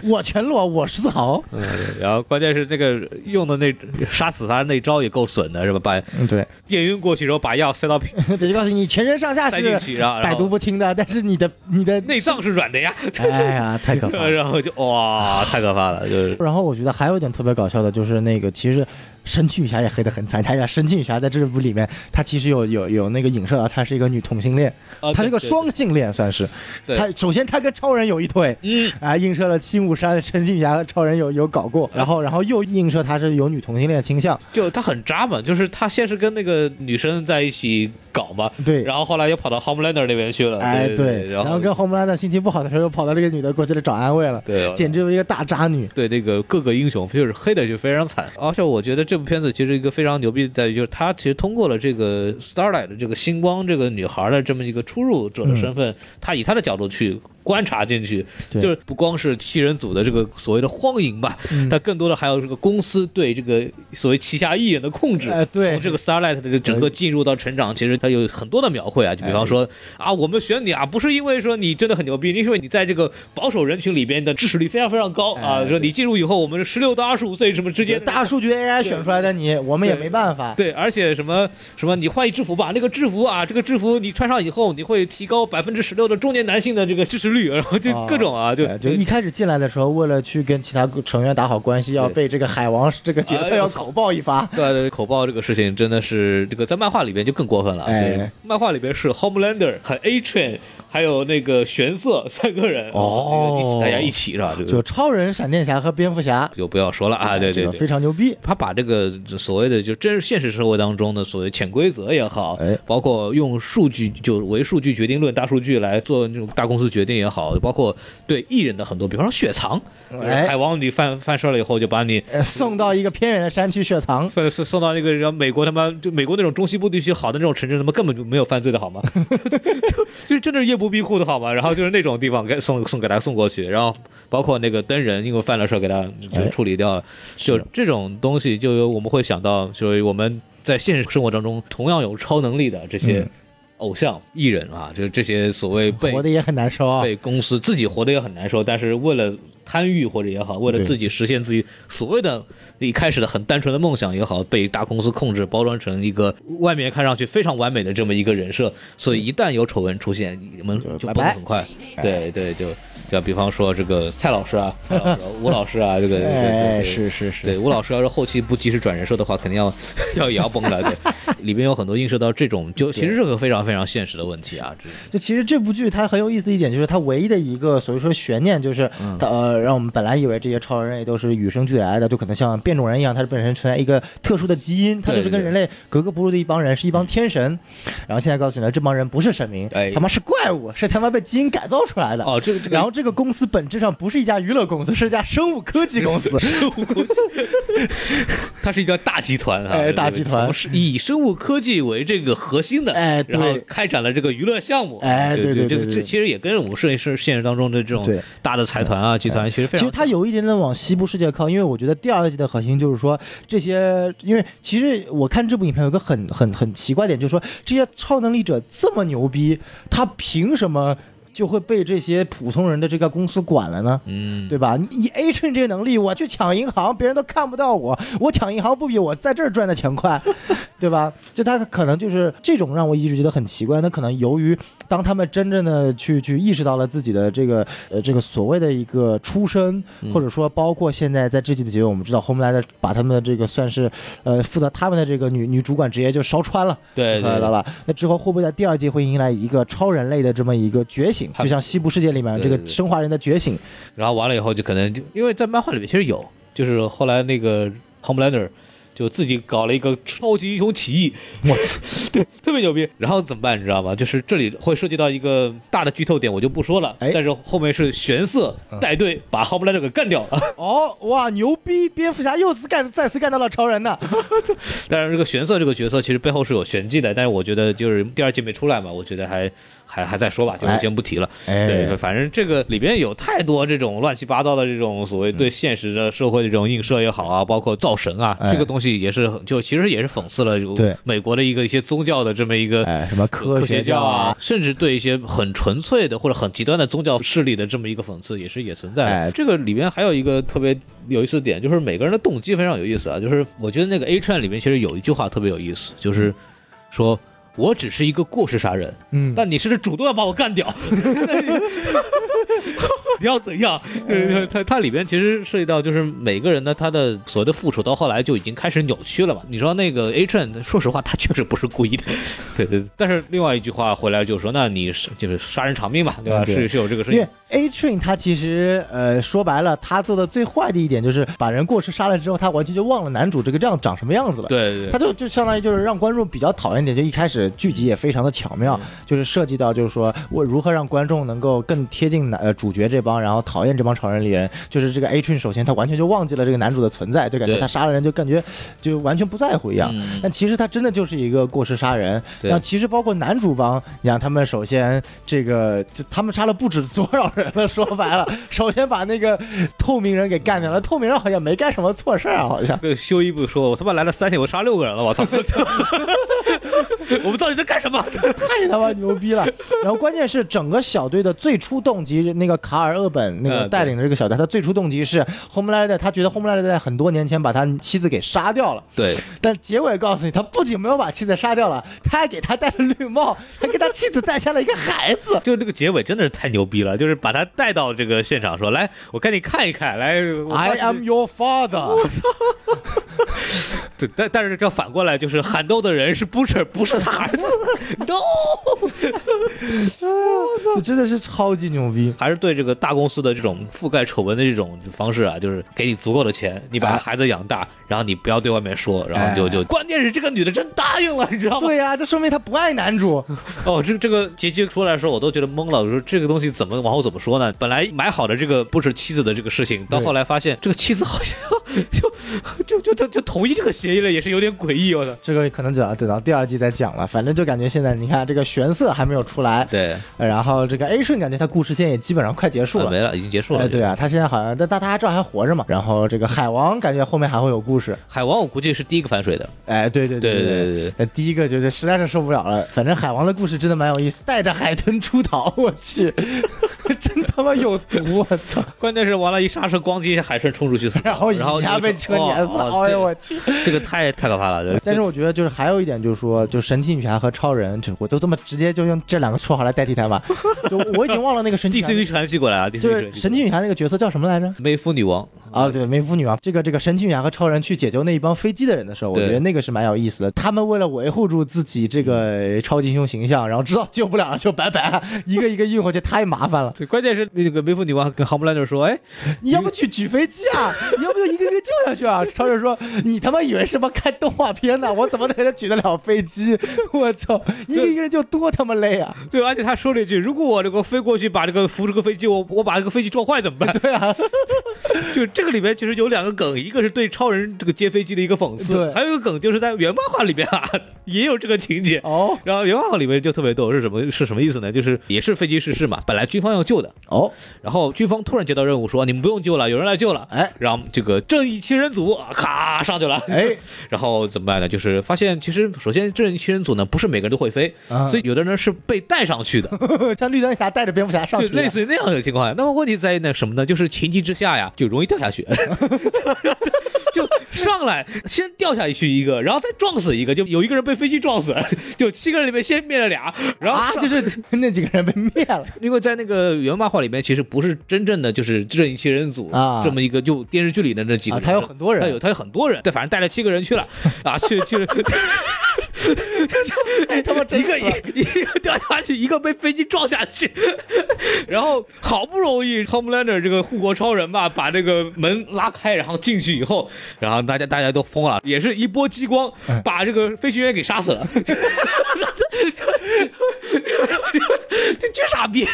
Speaker 2: 我全裸，我是自豪。
Speaker 3: 嗯，然后关键是那个用的那杀死他那招也够损的，是吧？把
Speaker 2: 嗯，对，
Speaker 3: 电晕过去之后，把药塞到屁
Speaker 2: 对，就告诉你全身上下
Speaker 3: 塞进
Speaker 2: 是
Speaker 3: 去，然后
Speaker 2: 百
Speaker 3: 然
Speaker 2: 毒
Speaker 3: 后
Speaker 2: 不侵的，但是你的你 的
Speaker 3: 内脏是软的呀。
Speaker 2: 哎呀，太可怕了。
Speaker 3: 然后就哇，太可怕了，就是
Speaker 2: 然后我觉得还有一点特别搞笑的，就是那个其实神奇女侠也黑得很惨。大家神奇女侠在这部里面，她其实有有有那个影射到她是一个女同性恋，
Speaker 3: 啊
Speaker 2: 她是个双性恋算是。
Speaker 3: 对
Speaker 2: 她首先她跟超人有一腿，
Speaker 3: 嗯，
Speaker 2: 啊，映射了七五三神奇女侠和超人有有搞过，然后然后又映射她是有女同性恋倾向。
Speaker 3: 就他很渣嘛，就是他先是跟那个女生在一起搞嘛，
Speaker 2: 对
Speaker 3: 然后后来又跑到 Homelander 那边去了，
Speaker 2: 哎，
Speaker 3: 对对，
Speaker 2: 然
Speaker 3: 后
Speaker 2: 后跟红木兰的心情不好的时候，又跑到这个女的过去来找安慰了，
Speaker 3: 对
Speaker 2: 简直就是一个大渣女。
Speaker 3: 对那个各个英雄就是黑的就非常惨，而且我觉得这部片子其实一个非常牛逼的在于，就是他其实通过了这个 Starlight 这个星光这个女孩的这么一个出入者的身份，他以他的角度去观察进去，
Speaker 2: 对
Speaker 3: 就是不光是七人组的这个所谓的荒淫吧，
Speaker 2: 嗯
Speaker 3: 它更多的还有这个公司对这个所谓旗下艺人的控制。
Speaker 2: 哎对
Speaker 3: 从这个 Starlight 的这个整个进入到成长，其实它有很多的描绘啊，就比方说啊，我们选你啊，不是因为说你真的很牛逼，因为你在这个保守人群里边你的支持率非常非常高
Speaker 2: 哎
Speaker 3: 啊，说你进入以后，我们十六到二十五岁什么之间的
Speaker 2: 大数据 AI 选出来的你，我们也没办法。
Speaker 3: 对，而且什么什么，你换一制服吧，那个制服啊，这个制服你穿上以后，你会提高百分之十六的中年男性的这个支持率，然后就
Speaker 2: 啊
Speaker 3: 各种啊，就
Speaker 2: 哎就一开始进来的时候，为了去跟其他成员打好关系，要被这个海王这个角色
Speaker 3: 哎
Speaker 2: 要
Speaker 3: 我操
Speaker 2: 口爆一发。
Speaker 3: 对对，口爆这个事情真的是这个在漫画里边就更过分了。
Speaker 2: 哎
Speaker 3: 对，漫画里边是 Homelander 和 A Train 还有那个玄色三个人
Speaker 2: 哦
Speaker 3: 一起大家一起是吧？这
Speaker 2: 就
Speaker 3: 个
Speaker 2: 超人、闪电侠和蝙蝠侠
Speaker 3: 就不要说了啊，对对
Speaker 2: 这个非
Speaker 3: 对。
Speaker 2: 常牛逼。
Speaker 3: 他把这个所谓的就真现实社会当中的所谓潜规则也好，
Speaker 2: 哎
Speaker 3: 包括用数据就唯数据决定论大数据来做那种大公司决定也好，包括对艺人的很多，比方说雪藏，
Speaker 2: 哎
Speaker 3: 海王你犯犯事儿了以后就把你
Speaker 2: 呃送到一个偏远的山区雪藏，
Speaker 3: 送送送到那个让美国他妈就美国那种中西部地区好的那种城镇，他妈根本就没有犯罪的好吗？ 就就是真的是夜不闭户的好吗？然后就是那种地方给送送给他送过去，然后包括那个灯人，因为犯了事儿给他就
Speaker 2: 哎
Speaker 3: 处理掉了，就这种东西，就有我们会想到，就是我们在现实生活当中同样有超能力的这些
Speaker 2: 嗯
Speaker 3: 偶像艺人啊，就是这些所谓被
Speaker 2: 活的也很难受啊。
Speaker 3: 被公司自己活得也很难受，但是为了贪欲或者也好，为了
Speaker 2: 对
Speaker 3: 自己实现自己所谓的一开始的很单纯的梦想也好，被大公司控制包装成一个外面看上去非常完美的这么一个人设，所以一旦有丑闻出现，你们
Speaker 2: 就
Speaker 3: 就
Speaker 2: 拜
Speaker 3: 崩得
Speaker 2: 拜
Speaker 3: 很快。对对，就就比方说这个蔡老师啊，蔡老师啊吴老师啊，这个对
Speaker 2: 哎，
Speaker 3: 对对
Speaker 2: 是是是，
Speaker 3: 对，吴老师要是后期不及时转人设的话，肯定要 要也要崩了。对，里边有很多映射到这种，就其实是个非常非常现实的问题啊。这
Speaker 2: 就其实这部剧它很有意思的一点，就是它唯一的一个所以说悬念就是，
Speaker 3: 嗯
Speaker 2: 它呃，让我们本来以为这些超人也都是与生俱来的，就可能像变种人一样，它是本身存在一个特殊的基因，它
Speaker 3: 对
Speaker 2: 就是跟
Speaker 3: 对
Speaker 2: 人类格格不入的一帮人，是一帮天神。然后现在告诉你了，这帮人不是神明
Speaker 3: 哎，
Speaker 2: 他妈是怪物，是他妈被基因改造出来的。
Speaker 3: 哦，这个这个
Speaker 2: 然后这个公司本质上不是一家娱乐公司，是一家生物科技公 司。
Speaker 3: 它是一个大集团啊，
Speaker 2: 哎
Speaker 3: 这个
Speaker 2: 大集团
Speaker 3: 从是以生物科技为这个核心的，
Speaker 2: 哎对
Speaker 3: 然后开展了这个娱乐项目，啊
Speaker 2: 哎对对
Speaker 3: 对
Speaker 2: 对
Speaker 3: 这个
Speaker 2: 对
Speaker 3: 这
Speaker 2: 对
Speaker 3: 其实也跟我们现实现实当中的这种
Speaker 2: 对哎
Speaker 3: 大的财团啊、集团其实非
Speaker 2: 其
Speaker 3: 常
Speaker 2: 实它有一点点往西部世界靠，因为我觉得第二季的核心就是说这些，因为其实我看这部影片有个很很很奇怪点，就是说这些超能力者这么牛逼，他凭什么就会被这些普通人的这个公司管了呢？
Speaker 3: 嗯，
Speaker 2: 对吧？你以 A 寸这个能力，我去抢银行，别人都看不到我，我抢银行不比我在这儿赚的钱 快，对吧？就他可能就是这种让我一直觉得很奇怪。那可能由于当他们真正的去去意识到了自己的这个呃这个所谓的一个出身，
Speaker 3: 嗯
Speaker 2: 或者说包括现在在这季的结尾，我们知道 Homeland 把他们的这个算是呃负责他们的这个女女主管职业就烧穿了，
Speaker 3: 对
Speaker 2: 出来
Speaker 3: 对
Speaker 2: 了吧？那之后会不会在第二季会迎来一个超人类的这么一个觉醒？
Speaker 3: 他
Speaker 2: 就像西部世界里面
Speaker 3: 对
Speaker 2: 这个
Speaker 3: 对对
Speaker 2: 生化人的觉醒，
Speaker 3: 然后完了以后就可能就因为在漫画里面其实有，就是后来那个 Homelander 就自己搞了一个超级英雄起义，我操，对，特别牛逼。然后怎么办，你知道吗？就是这里会涉及到一个大的剧透点，我就不说了。
Speaker 2: 哎嗯
Speaker 3: 但是后面是玄色带队把 Homelander 给干掉了。
Speaker 2: 哦，哇，牛逼！蝙蝠侠又次干再次干到了超人呢。
Speaker 3: 但是这个玄色这个角色其实背后是有玄机的，但是我觉得就是第二季没出来嘛，我觉得还还还再说吧，就
Speaker 2: 哎
Speaker 3: 先不提了。
Speaker 2: 哎
Speaker 3: 对，反正这个里边有太多这种乱七八糟的这种所谓对现实的社会的这种映射也好啊，包括造神啊，
Speaker 2: 哎
Speaker 3: 这个东西也是很就其实也是讽刺了有
Speaker 2: 对
Speaker 3: 美国的一个一些宗教的这么一个
Speaker 2: 哎，什么科
Speaker 3: 科学
Speaker 2: 教
Speaker 3: 教啊，，甚至对一些很纯粹的或者很极端的宗教势力的这么一个讽刺，也是也存在的。
Speaker 6: 哎
Speaker 3: 这个里面还有一个特别有意思的点，就是每个人的动机非常有意思啊。就是我觉得那个 A 串里面其实有一句话特别有意思，就是说。我只是一个过失杀人，
Speaker 2: 嗯
Speaker 3: 但你是主动要把我干掉， 你要怎样？呃它它里边其实涉及到就是每个人的他的所谓的复仇到后来就已经开始扭曲了嘛。你说那个 A Train，说实话他确实不是故意的， 对对。但是另外一句话回来就是说，那你是就是杀人偿命嘛，对吧？
Speaker 2: 嗯对
Speaker 3: 是是有这个事
Speaker 2: 因
Speaker 3: 情
Speaker 2: 为。A Train 他其实呃说白了，他做的最坏的一点就是把人过失杀了之后，他完全就忘了男主这个这样长什么样子了。
Speaker 3: 对对
Speaker 2: 他
Speaker 3: 对，
Speaker 2: 就就相当于就是让观众比较讨厌一点，就一开始个剧集也非常的巧
Speaker 3: 嗯
Speaker 2: 妙，就是涉及到就是说我如何让观众能够更贴近男呃主角这帮，然后讨厌这帮超人里人。就是这个 A Train，首先他完全就忘记了这个男主的存在，就感觉
Speaker 6: 对
Speaker 2: 他杀了人就感觉就完全不在乎一样。
Speaker 6: 嗯
Speaker 2: 但其实他真的就是一个过失杀人。
Speaker 6: 对
Speaker 2: 然后其实包括男主帮，你让他们首先这个就他们杀了不止多少人了，说白了，首先把那个透明人给干掉了。透明人好像没干什么错事儿啊，好像。
Speaker 3: 这个修一不说，我他妈来了三天，我杀六个人了，我操！ 我们到底在干什么？
Speaker 2: 太他妈牛逼了！然后关键是整个小队的最初动机，那个卡尔厄本那
Speaker 3: 呃
Speaker 2: 个
Speaker 3: 对。
Speaker 2: 带领的这个小队，他最初动机是 Homelander，他觉得 Homelander 在很多年前把他妻子给杀掉了，
Speaker 6: 对，
Speaker 2: 但结尾告诉你，他不仅没有把妻子杀掉了，他还给他戴了绿帽，还给他妻子诞下了一个孩子
Speaker 3: 就这个结尾真的是太牛逼了，就是把他带到这个现场说，来，我给你看一看，来我
Speaker 2: I am your father。
Speaker 3: 对，但但是这反过来就是喊斗的人 是 Butcher，不是他儿子，no，
Speaker 2: 这真的是超级牛逼。
Speaker 3: 还是对这个大公司的这种覆盖丑闻的这种方式啊，就是给你足够的钱，你把
Speaker 2: 哎
Speaker 3: 孩子养大，然后你不要对外面说，然后就就，关键是这个女的真答应了，你知道吗？
Speaker 2: 对呀、这说明他不爱男主。
Speaker 3: 哦，这这个结局出来的时候，我都觉得懵了。我说这个东西怎么往后怎么说呢？本来买好的这个不是妻子的这个事情，到
Speaker 2: 对
Speaker 3: 后来发现这个妻子好像就就就就就同意这个协议了，也是有点诡异。我操！
Speaker 2: 这个可能只要等到第二季再讲了，反正就感觉现在你看这个玄色还没有出来，
Speaker 3: 对，
Speaker 2: 呃然后这个 A 顺感觉他故事线也基本上快结束了。
Speaker 3: 没了，已经结束了。
Speaker 2: 哎，对啊，他现在好像，但但他还照样还活着嘛。然后这个海王感觉后面还会有故事。
Speaker 3: 海王我估计是第一个反水的。
Speaker 2: 哎，对对对
Speaker 3: 对对
Speaker 2: 对
Speaker 3: 对对
Speaker 2: 呃第一个就是实在是受不了了。反正海王的故事真的蛮有意思，带着海豚出逃，我去， 真他妈有毒！我操！
Speaker 3: 关键是完了，一刹车咣叽，海顺冲出去死了，
Speaker 2: 然后
Speaker 3: 然后
Speaker 2: 一下
Speaker 3: 你
Speaker 2: 被
Speaker 3: 就
Speaker 2: 车碾死，
Speaker 3: 哦哦
Speaker 2: 哎
Speaker 3: 这
Speaker 2: 呦我去！
Speaker 3: 这个太太可怕了。 这
Speaker 2: 但是我觉得就是还有一点就是说，就神奇女侠和超人，就我都这么直接就用这两个绰号来代替他吧。就我已经忘了那个神奇女
Speaker 3: D C
Speaker 2: 侠
Speaker 3: V 传奇过来啊，D
Speaker 2: 就
Speaker 3: C
Speaker 2: 是神奇女侠那个角色叫什么来着？
Speaker 3: 梅夫女王，
Speaker 2: 啊，对，梅芙女王，这个这个神奇女侠和超人去解救那一帮飞机的人的时候，我
Speaker 3: 对
Speaker 2: 觉得那个是蛮有意思的。他们为了维护住自己这个超级英雄形象，然后知道救不了了就拜拜，一个一个运回去，太麻烦了。
Speaker 3: 对，关键是那个梅夫女王跟航母兰德说，哎，
Speaker 2: 你要不去举飞机 啊？你要不就一个一个救下去啊？超人说：“你他妈以为是帮看动画片呢？我怎么在这举得了飞机？我操，一个一个人就多他妈累啊！
Speaker 3: 对，而且他说了一句：“如果我这个飞过去把这个扶这个飞机，我我把这个飞机撞坏怎么办？”对啊， 就这个里面其实有两个梗，一个是对超人这个接飞机的一个讽刺
Speaker 2: 对，
Speaker 3: 还有一个梗就是在原漫画里面啊也有这个情节。
Speaker 2: 哦
Speaker 3: 然后原漫画里面就特别逗，是什么是什么意思呢？就是也是飞机失事嘛，本来军方要救的，
Speaker 2: 哦，
Speaker 3: 然后军方突然接到任务说你们不用救了，有人来救了，
Speaker 2: 哎
Speaker 3: 然后这个正义七人组啊咔上去了，
Speaker 2: 哎，
Speaker 3: 然后怎么办呢？就是发现其实首先正义七人组呢不是每个人都会飞，
Speaker 2: 啊
Speaker 3: 所以有的人是被带上去的，
Speaker 2: 像绿灯侠带着蝙蝠侠上啊
Speaker 3: 就
Speaker 2: 去了，
Speaker 3: 类似于那样的情况。那么问题在于呢什么呢？就是情急之下呀，就容易掉下去。 就上来先掉下去一个，然后再撞死一个，就有一个人被飞机撞死，就七个人里面先灭了俩，然后
Speaker 2: 啊，就
Speaker 3: 上
Speaker 2: 是 那几个人被灭了。”
Speaker 3: 因为在那个原漫画里面，其实不是真正的就是正义七人组
Speaker 2: 啊
Speaker 3: 这么一个，就电视剧里的那几个
Speaker 2: 啊
Speaker 3: 人，
Speaker 2: 他有很多人
Speaker 3: 他有他有很多人，对，反正带了七个人 去了，啊，去去了。哎，他妈 一个一一个掉下去，一个被飞机撞下去，然后好不容易 Homelander 这个护国超人吧，把这个门拉开，然后进去以后，然后大家大家都疯了，也是一波激光
Speaker 2: 哎
Speaker 3: 把这个飞行员给杀死了。 就巨傻逼！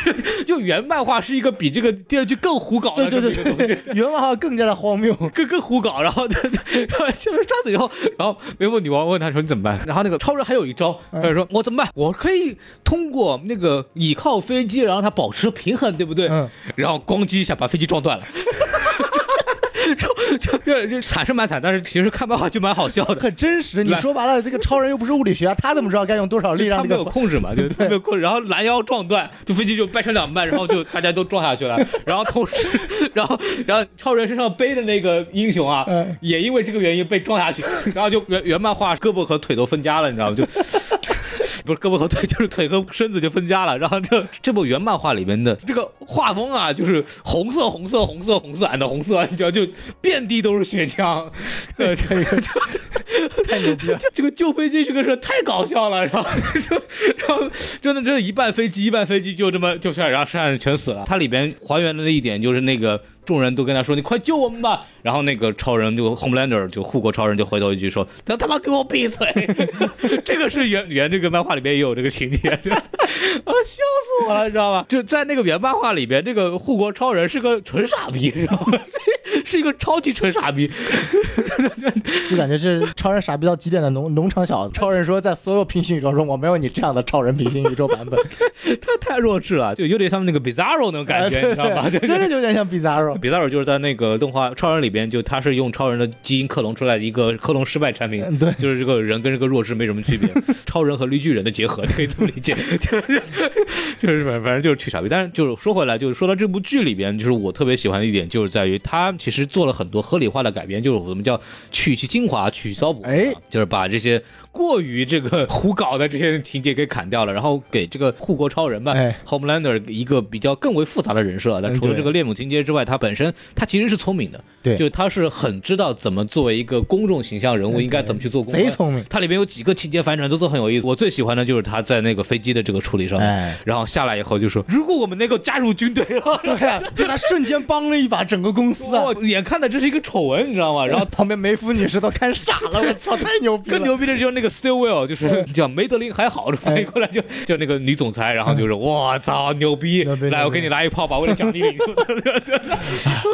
Speaker 3: 就原漫画是一个比这个电视剧更胡搞的
Speaker 2: 对
Speaker 3: 这么
Speaker 2: 对
Speaker 3: 一个东西，
Speaker 2: 对对，原漫画更加的荒谬。
Speaker 3: 更更胡搞。然后，然后就是杀死以后，然后梅芙女王问他说：“你怎么办？”然后那个超人还有一招，他就
Speaker 2: 嗯
Speaker 3: 说：“我怎么办？我可以通过那个倚靠飞机，然后让它保持平衡，对不对？”
Speaker 2: 嗯
Speaker 3: 然后咣叽一下把飞机撞断了。 就就就就惨是蛮惨，但是其实看漫画就蛮好笑的。
Speaker 2: 很真实，你
Speaker 3: 来
Speaker 2: 说白了，这个超人又不是物理学家，他怎么知道该用多少力
Speaker 3: 就
Speaker 2: 让
Speaker 3: 他
Speaker 2: 这
Speaker 3: 没
Speaker 2: 个
Speaker 3: 有控制 嘛，就他没有控制，然后拦腰撞断，就飞机就掰成两半，然后就大家都撞下去了，然后同时， 然后然后超人身上背的那个英雄啊
Speaker 2: 嗯，
Speaker 3: 也因为这个原因被撞下去， 然后就原原漫画胳膊和腿都分家了，你知道吗？就 不是胳膊和腿，就是腿和身子就分家了。然后这这部原漫画里面的这个画风啊，就是红色、红色、 红色、红色，俺的红色，你知道，就遍地都是血浆，呃，就就
Speaker 2: 太牛逼了！
Speaker 3: 这 个救飞机这个事儿太搞笑了，然后 就然后真的真的，一半飞机一半飞机就这么就下来，然后剩下人全死了。它里边还原的一点就是那个众人都跟他说：“你快救我们吧！”然后那个超人就 Homelander 就护国超人就回头一句说：“他他妈给我 闭嘴！”这个是原原这个漫画里边也有这个情节， 真的啊，笑死我了，你知道吧？就在那个原漫画里边，这个护国超人是个纯傻逼，你知道吗？ 是一个超级纯傻逼，
Speaker 2: 就感觉是超人傻逼到极点的农农场小子。超人说，在所有平行宇宙中，我没有你这样的超人平行宇宙版本，
Speaker 3: 他太弱智了，就有点像那个 Bizarro 那种感
Speaker 2: 哎
Speaker 3: 觉，你知道 吧？
Speaker 2: 真的就有点像 Bizarro。
Speaker 3: Bizarro 就是在那个动画《超人》里边，就他是用超人的基因克隆出来的一个克隆失败产品，
Speaker 2: 嗯对
Speaker 3: 就是这个人跟这个弱智没什么区别，超人和绿巨人的结合， 可以这么理解，就是就是反反正就是去傻逼。但是就是说回来，就是说到这部剧里边，就是我特别喜欢的一点，就是在于它其实做了很多合理化的改编，就是我们叫去其精华，去其糟粕，啊
Speaker 2: 哎，
Speaker 3: 就是把这些过于这个胡搞的这些情节给砍掉了，然后给这个护国超人吧、
Speaker 2: 哎
Speaker 3: Homelander 一个比较更为复杂的人设。那
Speaker 2: 嗯
Speaker 3: 除了
Speaker 2: 对
Speaker 3: 这个恋母情节之外，他本身他其实是聪明的，
Speaker 2: 对
Speaker 3: 就是他是很知道怎么作为一个公众形象人物应该怎么去做公关，
Speaker 2: 嗯贼聪明
Speaker 3: 它里面有几个情节反转都都很有意思，我最喜欢的就是他在那个飞机的这个处理上面，
Speaker 2: 哎
Speaker 3: 然后下来以后就说，如果我们能够加入 军队啊，
Speaker 2: 对啊，就他瞬间帮了一把整个公司啊
Speaker 3: 哇，！眼看的这是一个丑闻，你知道吗？然
Speaker 2: 然
Speaker 3: 后
Speaker 2: 后旁边梅夫女士都看傻了，我操，太牛逼了！
Speaker 3: 更牛逼的就是那个 Stillwell，就是
Speaker 2: 哎
Speaker 3: 叫梅德林还好，翻译过来就就那个女总裁，然后就是我操牛逼
Speaker 2: 哎牛逼，
Speaker 3: 来
Speaker 2: 牛
Speaker 3: 我
Speaker 2: 逼
Speaker 3: 给你来一炮吧，为了奖励你。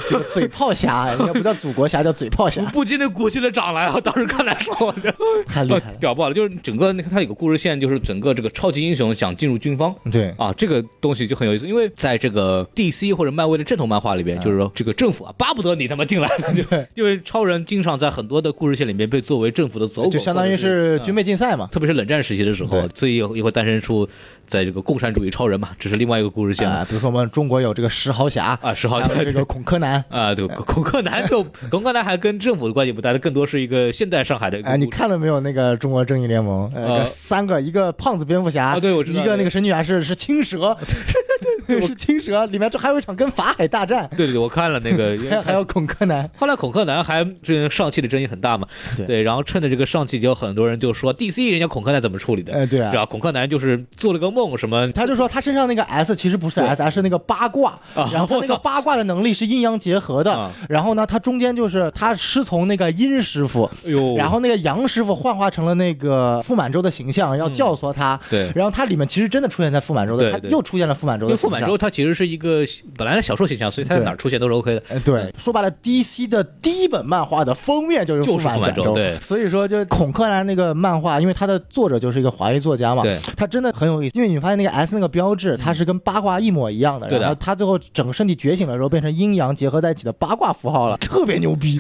Speaker 2: 这个嘴炮侠，人家不叫祖国侠，叫嘴炮 侠，
Speaker 3: 不禁的鼓起了掌来啊！当时看来说，我就
Speaker 2: 太厉害了。
Speaker 3: 屌爆了！就是整个那个它有个故事线，就是整个这个超级英雄想进入军方，
Speaker 2: 对，
Speaker 3: 啊，这个东西就很有意思，因为在这个 DC 或者漫威的正统漫画
Speaker 2: 嗯
Speaker 3: 里边，就是说这个政府啊，巴不得你他妈进来 呢，就因为超人经常在很多的故事线里面被作为政府的走狗，
Speaker 2: 就相当于是啊军备竞赛嘛。
Speaker 3: 特别是冷战时期的时候
Speaker 2: 对，
Speaker 3: 所以也会诞生出在这个共产主义超人嘛，这是另外一个故事线
Speaker 2: 啊，比如说我们中国有这个石豪侠
Speaker 3: 啊，十号
Speaker 2: 还
Speaker 3: 线
Speaker 2: 有这个孔柯南。
Speaker 3: 啊，对，孔克南 就孔克南还跟政府的关系不大，他更多是一个现代上海的一个
Speaker 2: 哎，你
Speaker 3: 故事
Speaker 2: 看了没有？那个《中国正义联盟》呃，
Speaker 3: 呃
Speaker 2: 三个，一个胖子蝙蝠侠，
Speaker 3: 啊对我知道
Speaker 2: 一个那个神女侠是是青蛇， 是青蛇，里面这还有一场跟法海大战，
Speaker 3: 对对，对我看了 那个，因为
Speaker 2: 还有还有孔柯 南，
Speaker 3: 后来孔克南还这上汽的争议很大嘛，
Speaker 2: 对
Speaker 3: 然后趁着这个上汽，就有很多人就说 DC 人家孔克南怎么处理的，
Speaker 2: 哎对啊
Speaker 3: 然后孔克南就是做了个梦什么，
Speaker 2: 他就说他身上那个 S 其实不是 S，而是那个八卦。
Speaker 3: 啊
Speaker 2: 然后他那
Speaker 3: 我
Speaker 2: 个
Speaker 3: 操
Speaker 2: 八卦的能力是阴阳结合的
Speaker 3: 啊。
Speaker 2: 然后呢，他中间就是他师从那个殷师傅，
Speaker 3: 哎呦
Speaker 2: 然后那个杨师傅幻化成了那个傅满洲的形象，要教唆他。
Speaker 3: 嗯对
Speaker 2: 然后他里面其实真的出现在傅满洲的，
Speaker 3: 对
Speaker 2: 他
Speaker 3: 对
Speaker 2: 又出现了傅满洲
Speaker 3: 因
Speaker 2: 的
Speaker 3: 为
Speaker 2: 形
Speaker 3: 傅
Speaker 2: 象。
Speaker 3: 满洲他其实是一个本来的小说形象，所以他在
Speaker 2: 对
Speaker 3: 哪儿出现都是 OK 的。
Speaker 2: 呃，对，说白了，DC 的第一本漫画的封面就是
Speaker 3: 嗯就
Speaker 2: 傅
Speaker 3: 是
Speaker 2: 满
Speaker 3: 傅满洲
Speaker 2: 洲，
Speaker 3: 对
Speaker 2: 所以说就是孔柯南那个漫画，因为它的作者就是一个华裔作家嘛，
Speaker 3: 对，
Speaker 2: 他真的很有意思，因为你发现那个 S 那个标志，它是跟八卦一模一样的，
Speaker 3: 嗯对的
Speaker 2: 然后他最后整个身体觉醒的时候变成阴阳结合在一起的八卦符号 了，特别牛逼，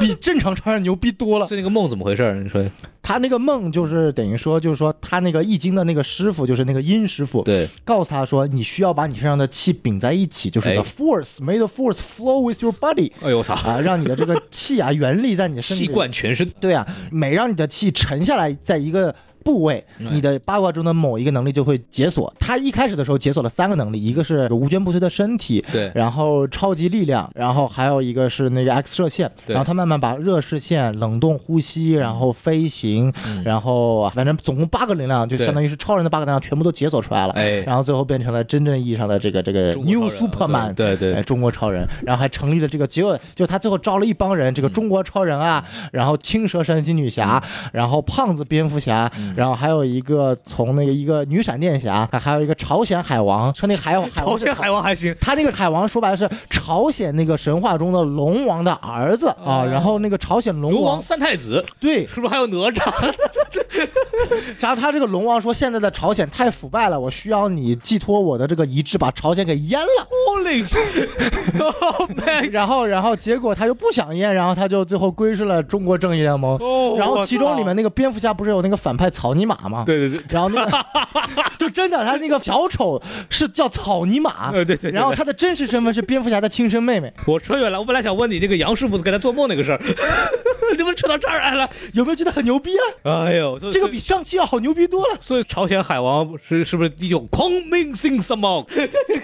Speaker 2: 比正常超人牛逼多了。
Speaker 3: 所以那个梦怎么回事儿？你说
Speaker 2: 他那个梦就是等于说，就是说他那个易经的那个师傅，就是那个阴师傅，
Speaker 3: 对，
Speaker 2: 告诉他说，你需要把你身上的气禀在一起，就是
Speaker 3: 哎
Speaker 2: the force, may the force flow with your body。
Speaker 3: 哎呦我操，
Speaker 2: 啊，让你的这个气啊原力在你的身体
Speaker 3: 气
Speaker 2: 里
Speaker 3: 贯全身，
Speaker 2: 对啊，每让你的气沉下来，在一个。部位，你的八卦中的某一个能力就会解锁。他一开始的时候解锁了三个能力，一个是无坚不摧的身体，
Speaker 3: 对
Speaker 2: 然后超级力量，然后还有一个是那个 X 射线，
Speaker 3: 对嗯
Speaker 2: 然后他慢慢把热视线、冷冻呼吸，然后飞行，然后反正总共八个能量，就
Speaker 3: 对
Speaker 2: 相当于是超人的八个能量全部都解锁出来了，
Speaker 3: 哎
Speaker 2: 然后最后变成了真正意义上的这个这个
Speaker 3: 中国
Speaker 2: New
Speaker 3: 超人啊
Speaker 2: Superman，
Speaker 3: 对对对
Speaker 2: 哎中国超人，然后还成立了这个，结果就他最后招了一帮人，这
Speaker 3: 嗯
Speaker 2: 个中国超人啊，然后青蛇神奇女侠，然后胖子蝙蝠侠，
Speaker 3: 嗯
Speaker 2: 然后还有一个从那个一个女闪电侠，还有一个朝鲜海王，他那个海王，海王
Speaker 3: 朝
Speaker 2: 是
Speaker 3: 鲜海王还行，
Speaker 2: 他那个海王说白了是朝鲜那个神话中的龙王的儿子啊，然后那个朝鲜龙
Speaker 3: 哎龙王
Speaker 2: 王
Speaker 3: 三太子
Speaker 2: 对，
Speaker 3: 是不是还有哪 吒？
Speaker 2: 然后他这个龙王说现在的朝鲜太腐败了，我需要你寄托我的这个遗志把朝鲜给淹了。
Speaker 3: Holy Oh shit！Oh my
Speaker 2: 然后，然后结果他又不想验，然后他就最后归顺了中国正义联盟。
Speaker 3: 哦
Speaker 2: 然后
Speaker 3: 我
Speaker 2: 其中
Speaker 3: 操
Speaker 2: 里面那个蝙蝠侠不是有那个反派草泥马吗？。
Speaker 3: 对对对，
Speaker 2: 然后那 个就真的，他那个小丑是叫草泥 马，
Speaker 3: 呃对对对对
Speaker 2: 然后他的真实身份是蝙蝠侠的亲生妹妹，
Speaker 3: 我扯远了，我本来想问你那个杨师傅给他做梦那个事儿， 你们扯到这儿来了，
Speaker 2: 有没有觉得很牛逼啊？
Speaker 3: 哎呦，所 以
Speaker 2: 这个比上期要好牛逼多 了。
Speaker 3: 所以朝鲜海王是是不是一种狂命性什 么？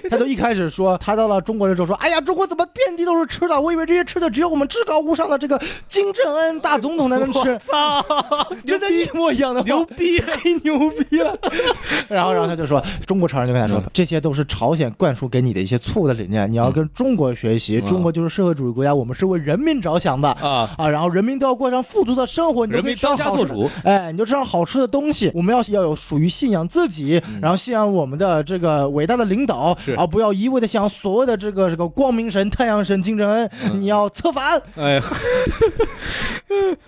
Speaker 2: 他都一开始说，他到了中国的时候说，哎呀，中国怎么遍地都是吃的？我以为这些吃的只有我们至高无上的这个金正恩大总统才 能吃，
Speaker 3: 操，
Speaker 2: 真的，一模一样的话，
Speaker 3: 牛逼啊嗯
Speaker 2: 太牛逼了。 然后，然后他就说，中国朝人就跟他说，这些都是朝鲜灌输给你的一些错误的理念，你要跟中国学习，中国就是社会主义国家，我们是为人民着想的
Speaker 3: 嗯啊
Speaker 2: 啊，然后人民都要过上富足的生活，你都
Speaker 3: 人
Speaker 2: 可以
Speaker 3: 民
Speaker 2: 吃
Speaker 3: 当家
Speaker 2: 好
Speaker 3: 做
Speaker 2: 吃的
Speaker 3: 主，
Speaker 2: 哎，你就吃上好吃的东西。我们要要有属于信仰自己，然后信仰我们的这个伟大的领导
Speaker 3: 嗯是，
Speaker 2: 啊，不要一味的信仰所谓的这个这个光明神、太阳神金正恩，
Speaker 3: 嗯
Speaker 2: 你要策反。
Speaker 3: 哎，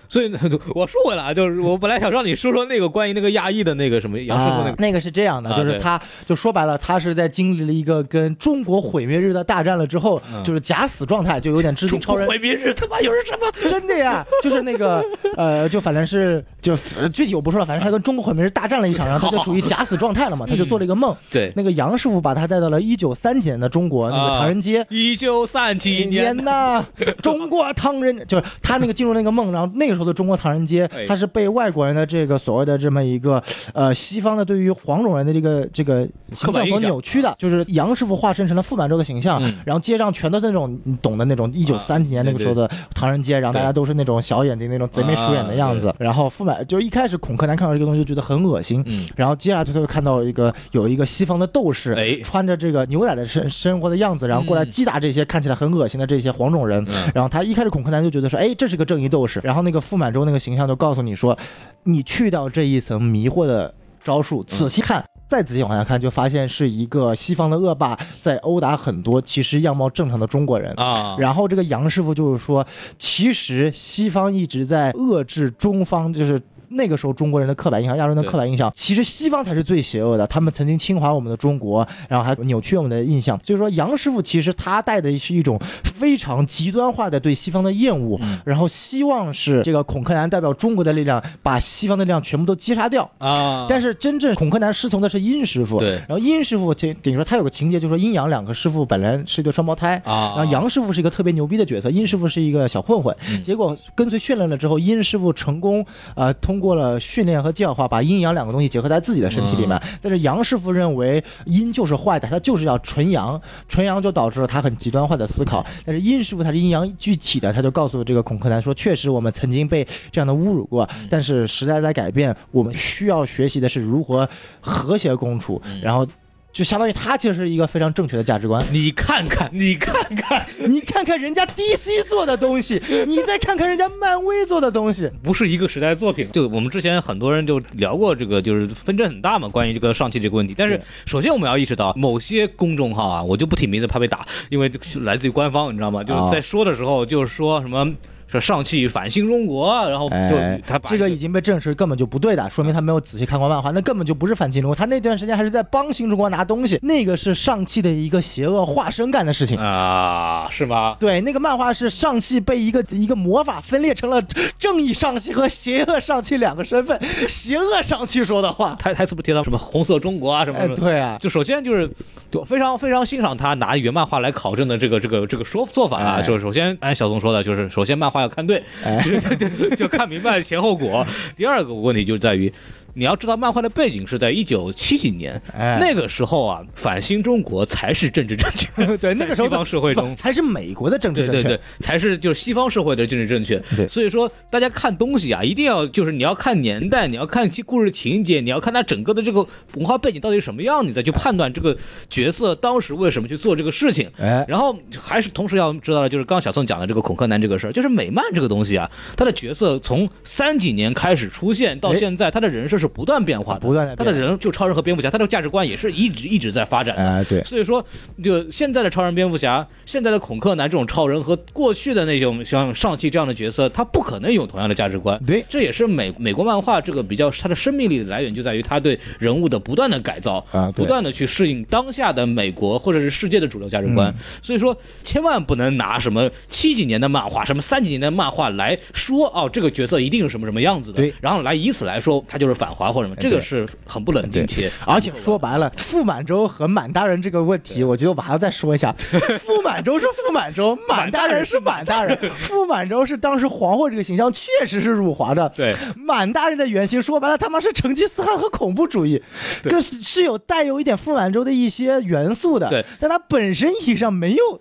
Speaker 3: 所以呢我说回来啊，就是我本来想让你说说那个关于那个亚裔的那个什么杨师傅那
Speaker 2: 啊
Speaker 3: 个，
Speaker 2: 那个是这样的，
Speaker 3: 啊
Speaker 2: 就是
Speaker 3: 对
Speaker 2: 他，就说白了，他是在经历了一个跟中国毁灭日的大战了之后，
Speaker 3: 嗯
Speaker 2: 就是假死状态，就有点致 敬超人
Speaker 3: 毁灭日他妈有人什么？
Speaker 2: 真的呀，就是那个呃，就反正是就呃具体我不说了，反正他跟中国毁灭日大战了一场，然后他就处于假死状态了嘛，他就做了一个梦。
Speaker 3: 对
Speaker 2: 那个杨师傅把他带到了一九三几年的中国那个
Speaker 3: 啊
Speaker 2: 唐人街。
Speaker 3: 一九三七年的
Speaker 2: 呐，中国唐人就是他那个进入那个梦，然后那个时候的中国唐人街
Speaker 3: 哎，
Speaker 2: 他是被外国人的这个所谓的这么一个呃西方的对于黄种人的这个这个形
Speaker 3: 刻板
Speaker 2: 象
Speaker 3: 印
Speaker 2: 所
Speaker 3: 象
Speaker 2: 扭曲的，就是杨师傅化身成了傅满洲的形象
Speaker 3: 嗯，
Speaker 2: 然后街上全都是那种你懂的那种一九三几年那个时
Speaker 3: 啊
Speaker 2: 候的唐人街，然后大家都是那种小眼睛那种贼眉鼠眼的样子，然后傅满就一开始孔柯南看到这个东西就觉得很恶心，
Speaker 3: 嗯
Speaker 2: 然后接下来他就看到一个有一个西方的斗士，
Speaker 3: 哎
Speaker 2: 穿着这个牛仔的生生活的样子，然后过来击打这些看起来很恶心的这些黄种人。
Speaker 3: 嗯
Speaker 2: 然后他一开始孔柯南就觉得说，哎，这是个正义斗士。然后那个傅满洲那个形象就告诉你说，你去掉这一层迷惑的招数，仔细看。再仔细往下看，就发现是一个西方的恶霸在殴打很多其实样貌正常的中国人。
Speaker 3: 啊，
Speaker 2: 然后这个杨师傅就是说，其实西方一直在遏制中方，就是。那个时候中国人的刻板印象，亚洲人的刻板印象，其实西方才是最邪恶的。他们曾经侵华我们的中国，然后还扭曲我们的印象。所以说，杨师傅其实他带的是一种非常极端化的对西方的厌恶，
Speaker 3: 嗯
Speaker 2: 然后希望是这个孔柯南代表中国的力量，把西方的力量全部都击杀掉。
Speaker 3: 啊，
Speaker 2: 但是真正孔柯南师从的是殷师傅，
Speaker 3: 对
Speaker 2: 然后殷师傅等等于说他有个情节，就是说阴阳两个师傅本来是一对双胞胎
Speaker 3: 啊
Speaker 2: 然后杨师傅是一个特别牛逼的角色，殷师傅是一个小混混。结果跟随训练了之后，殷师傅成功呃通过了训练和教化，把阴阳两个东西结合在自己的身体里面。但是杨师傅认为阴就是坏的，他就是要纯阳，纯阳就导致了他很极端化的思考。但是殷师傅他是阴阳具体的，他就告诉这个孔柯南说，确实我们曾经被这样的侮辱过，但是时代在改变，我们需要学习的是如何和谐共处，然后。就相当于他其实是一个非常正确的价值观。
Speaker 3: 你看看，你看看，
Speaker 2: 你看看人家 DC 做的东 西，你再看看人家漫威做的东西，
Speaker 3: 不是一个时代作品。
Speaker 6: 就我们之前很多人就聊过这个，就是纷争很大嘛，关于这个上汽这个问题。但是首先我们要意识到，某些公众号啊，我就不提名字，怕被打，因为这个是来自于官方，你知道吗？
Speaker 3: 啊
Speaker 6: 就是在说的时候，就是说什么。说上汽反新中国，然后就
Speaker 2: 哎
Speaker 6: 他把
Speaker 2: 这个
Speaker 6: 一
Speaker 2: 已经被证实根本就不对的，说明他没有仔细看过漫画，那根本就不是反新中国，他那段时间还是在帮新中国拿东西，那个是上汽的一个邪恶化身干的事情。
Speaker 3: 啊，是吗？
Speaker 2: 对，那个漫画是上汽被一个一个魔法分裂成了正义上汽和邪恶上汽两个身份，邪恶上汽说的话，
Speaker 3: 台台词不提到什么红色中国啊什么
Speaker 2: 哎，
Speaker 3: 什么，
Speaker 2: 对啊，
Speaker 3: 就首先就是，我非常非常欣赏他拿原漫画来考证的这个这个这个说做法啊，
Speaker 2: 哎
Speaker 3: 就是首先按小宋说的，就是首先漫画要看对， 就就就看明白前 后果。第二个问题就在于，你要知道漫画的背景是在一九七几年，
Speaker 2: 哎
Speaker 3: 那个时候啊，反新中国才是政治正确，
Speaker 2: 对， 那个时 候
Speaker 3: 在西方
Speaker 2: 的
Speaker 3: 社会中
Speaker 2: 不。才是美国的政治
Speaker 3: 对
Speaker 2: 正确。
Speaker 3: 对对，才是就是西方社会的政治正确。
Speaker 2: 对
Speaker 3: 所以说大家看东西啊，一定要就是你要看年代，你要看其故事情节，你要看它整个的这个文化背景到底是什么样，你再去判断这个角色当时为什么去做这个事情。
Speaker 2: 哎
Speaker 3: 然后还是同时要知道的，就是刚刚小宋讲的这个孔柯南这个事儿，就是美漫这个东西啊，它的角色从三几年开始出现到
Speaker 2: 哎
Speaker 3: 现在，它的人设是不断变化的，
Speaker 2: 不断地
Speaker 3: 它的
Speaker 2: 变
Speaker 3: 人就超人和蝙蝠侠，它的价值观也是一直一直在发展的。
Speaker 2: 哎对
Speaker 3: 所以说，就现在的超人、蝙蝠侠，现在的孔柯南这种超人和过去的那种像上汽这样的角色，他不可能有同样的价值观。
Speaker 2: 对
Speaker 3: 这也是美美国漫画这个比较它的生命力的来源，就在于它对人物的不断的改造，
Speaker 2: 啊对
Speaker 3: 不断的去适应当下的美国或者是世界的主流价值
Speaker 2: 嗯
Speaker 3: 观。所以说，千万不能拿什么七几年的漫画、什么三几年的漫画来说哦，这个角色一定是什么什么样子的，
Speaker 2: 对哎
Speaker 3: 然后来以此来说他就是反滑或者什么，这
Speaker 2: 对
Speaker 3: 个是很不冷静且
Speaker 2: 而 且说白了，傅满洲和满大人这个问题，我觉得我们还要再说 一下。傅满洲是傅满洲，满大人是满大人。傅满洲是当时皇后这个形象确实是辱华的。
Speaker 3: 对，
Speaker 2: 满大人的原型说白了，他妈是成吉思汗和恐怖主义，更是是有带有一点傅满洲的一些元素的。
Speaker 3: 对，
Speaker 2: 但他本身意义上没有。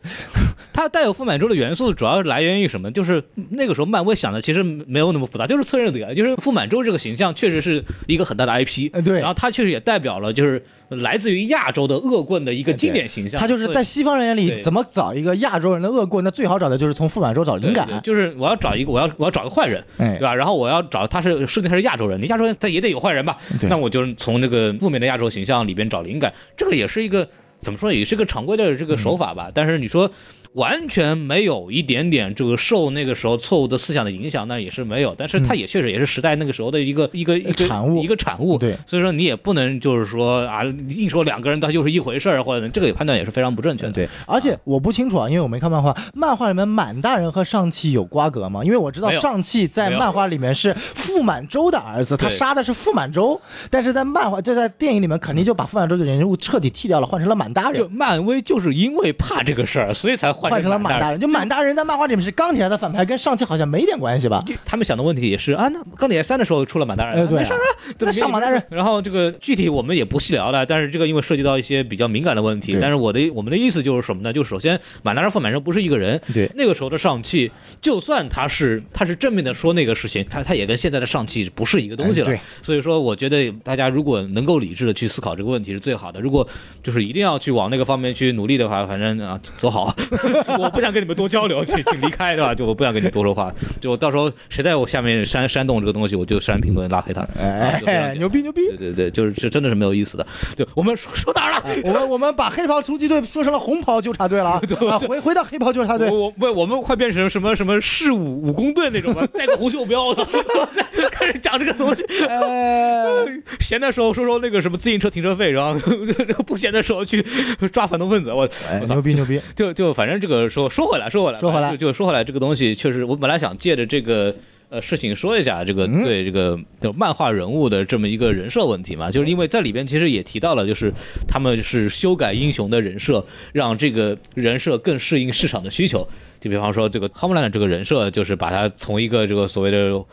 Speaker 3: 它带有傅满洲的元素，主要是来源于什么？就是那个时候漫威想的其实没有那么复杂，就是蹭热点，就是傅满洲这个形象确实是一个很大的 IP，
Speaker 2: 呃对
Speaker 3: 然后他确实也代表了就是来自于亚洲的恶棍的一个经典形象，
Speaker 2: 他呃就是在西方人眼里，
Speaker 3: 对
Speaker 2: 怎么找一个亚洲人的恶棍？那最好找的就是从傅满洲找
Speaker 3: 所以
Speaker 2: 灵
Speaker 3: 对
Speaker 2: 感。
Speaker 3: 对就是我要找一个我要我要找个坏人，
Speaker 2: 哎
Speaker 3: 对吧？然后我要找他是设定他是亚洲人，你亚洲人他也得有坏人吧？
Speaker 2: 对
Speaker 3: 那我就是从这个负面的亚洲形象里边找灵感，这个也是一个怎么说，也是个常规的这个手法吧。但是你说完全没有一点点这个受那个时候错误的思想的影响，那也是没有。但是它也确实也是时代那个时候的一个一个一个
Speaker 2: 嗯产物
Speaker 3: 一个产物。
Speaker 2: 对
Speaker 3: 所以说你也不能就是说啊，硬说两个人他就是一回事儿，或者这个判断也是非常不正确的。
Speaker 2: 嗯对，而且我不清楚啊，因为我没看漫画。漫画里面满大人和上汽有瓜葛吗？因为我知道
Speaker 3: 没有
Speaker 2: 上汽在
Speaker 3: 没有
Speaker 2: 漫画里面是傅满洲的儿子，他
Speaker 3: 对
Speaker 2: 杀的是傅满洲，但是在漫画就在电影里面肯定就把傅满洲这个人物彻底剃掉了，换成了满大
Speaker 3: 就
Speaker 2: 人。
Speaker 3: 漫威就是因为怕这个事儿，所以才换
Speaker 2: 换成了满
Speaker 3: 大
Speaker 2: 大人，
Speaker 3: 人。
Speaker 2: 就满大人在漫画里面是钢铁侠的反派，跟上汽好像没一点关 系吧？
Speaker 3: 他们想的问题也是啊，那钢铁侠三的时候出了满大人，
Speaker 2: 呃对啊
Speaker 3: 没事儿啊，对
Speaker 2: 那上满大人。
Speaker 3: 然后这个具体我们也不细聊了，但是这个因为涉及到一些比较敏感的问题
Speaker 2: 对，
Speaker 3: 但是我的我们的意思就是什么呢？就是首先满大人和满人不是一个人，
Speaker 2: 对
Speaker 3: 那个时候的上汽，就算他是他是正面的说那个事情，他他也跟现在的上汽不是一个东西
Speaker 2: 嗯
Speaker 3: 了，
Speaker 2: 对
Speaker 3: 所以说我觉得大家如果能够理智的去思考这个问题是最好的，如果就是一定要去往那个方面去努力的话，反正啊走好， 我不想跟你们多交流， 请请离开，对吧？就我不想跟你多说话，就到时候谁在我下面煽煽动这个东西，我就删评论拉黑他。啊就这样
Speaker 2: 哎，
Speaker 3: 讲
Speaker 2: 牛逼牛逼！
Speaker 3: 对对对，就是这真的是没有意思的。对我们说说哪儿了？
Speaker 2: 我们我们把黑袍突击队说成了红袍纠察队 了啊，啊回回到黑袍纠察队
Speaker 3: 我，我不，我们快变成什么什么市武武工队那种吧，带个红袖标的， 开始讲这个东西。
Speaker 2: 呃，
Speaker 3: 闲的时候说说那个什么自行车停车费，然后 不闲的时候去抓反动分子。我
Speaker 2: 哎
Speaker 3: 我操
Speaker 2: 牛，逼牛逼！
Speaker 3: 就就反正这个说说回来，说回来，
Speaker 2: 说回来
Speaker 3: 反正就就说回来，这个东西确实，我本来想借着这个。呃，事情说一下这个
Speaker 2: 嗯
Speaker 3: 对这个就漫画人物的这么一个人设问题嘛，就是因为在里边其实也提到了，就是他们是修改英雄的人设，让这个人设更适应市场的需求。就比方说这个 Homeland 这个人设，就是把他从一个这个所谓的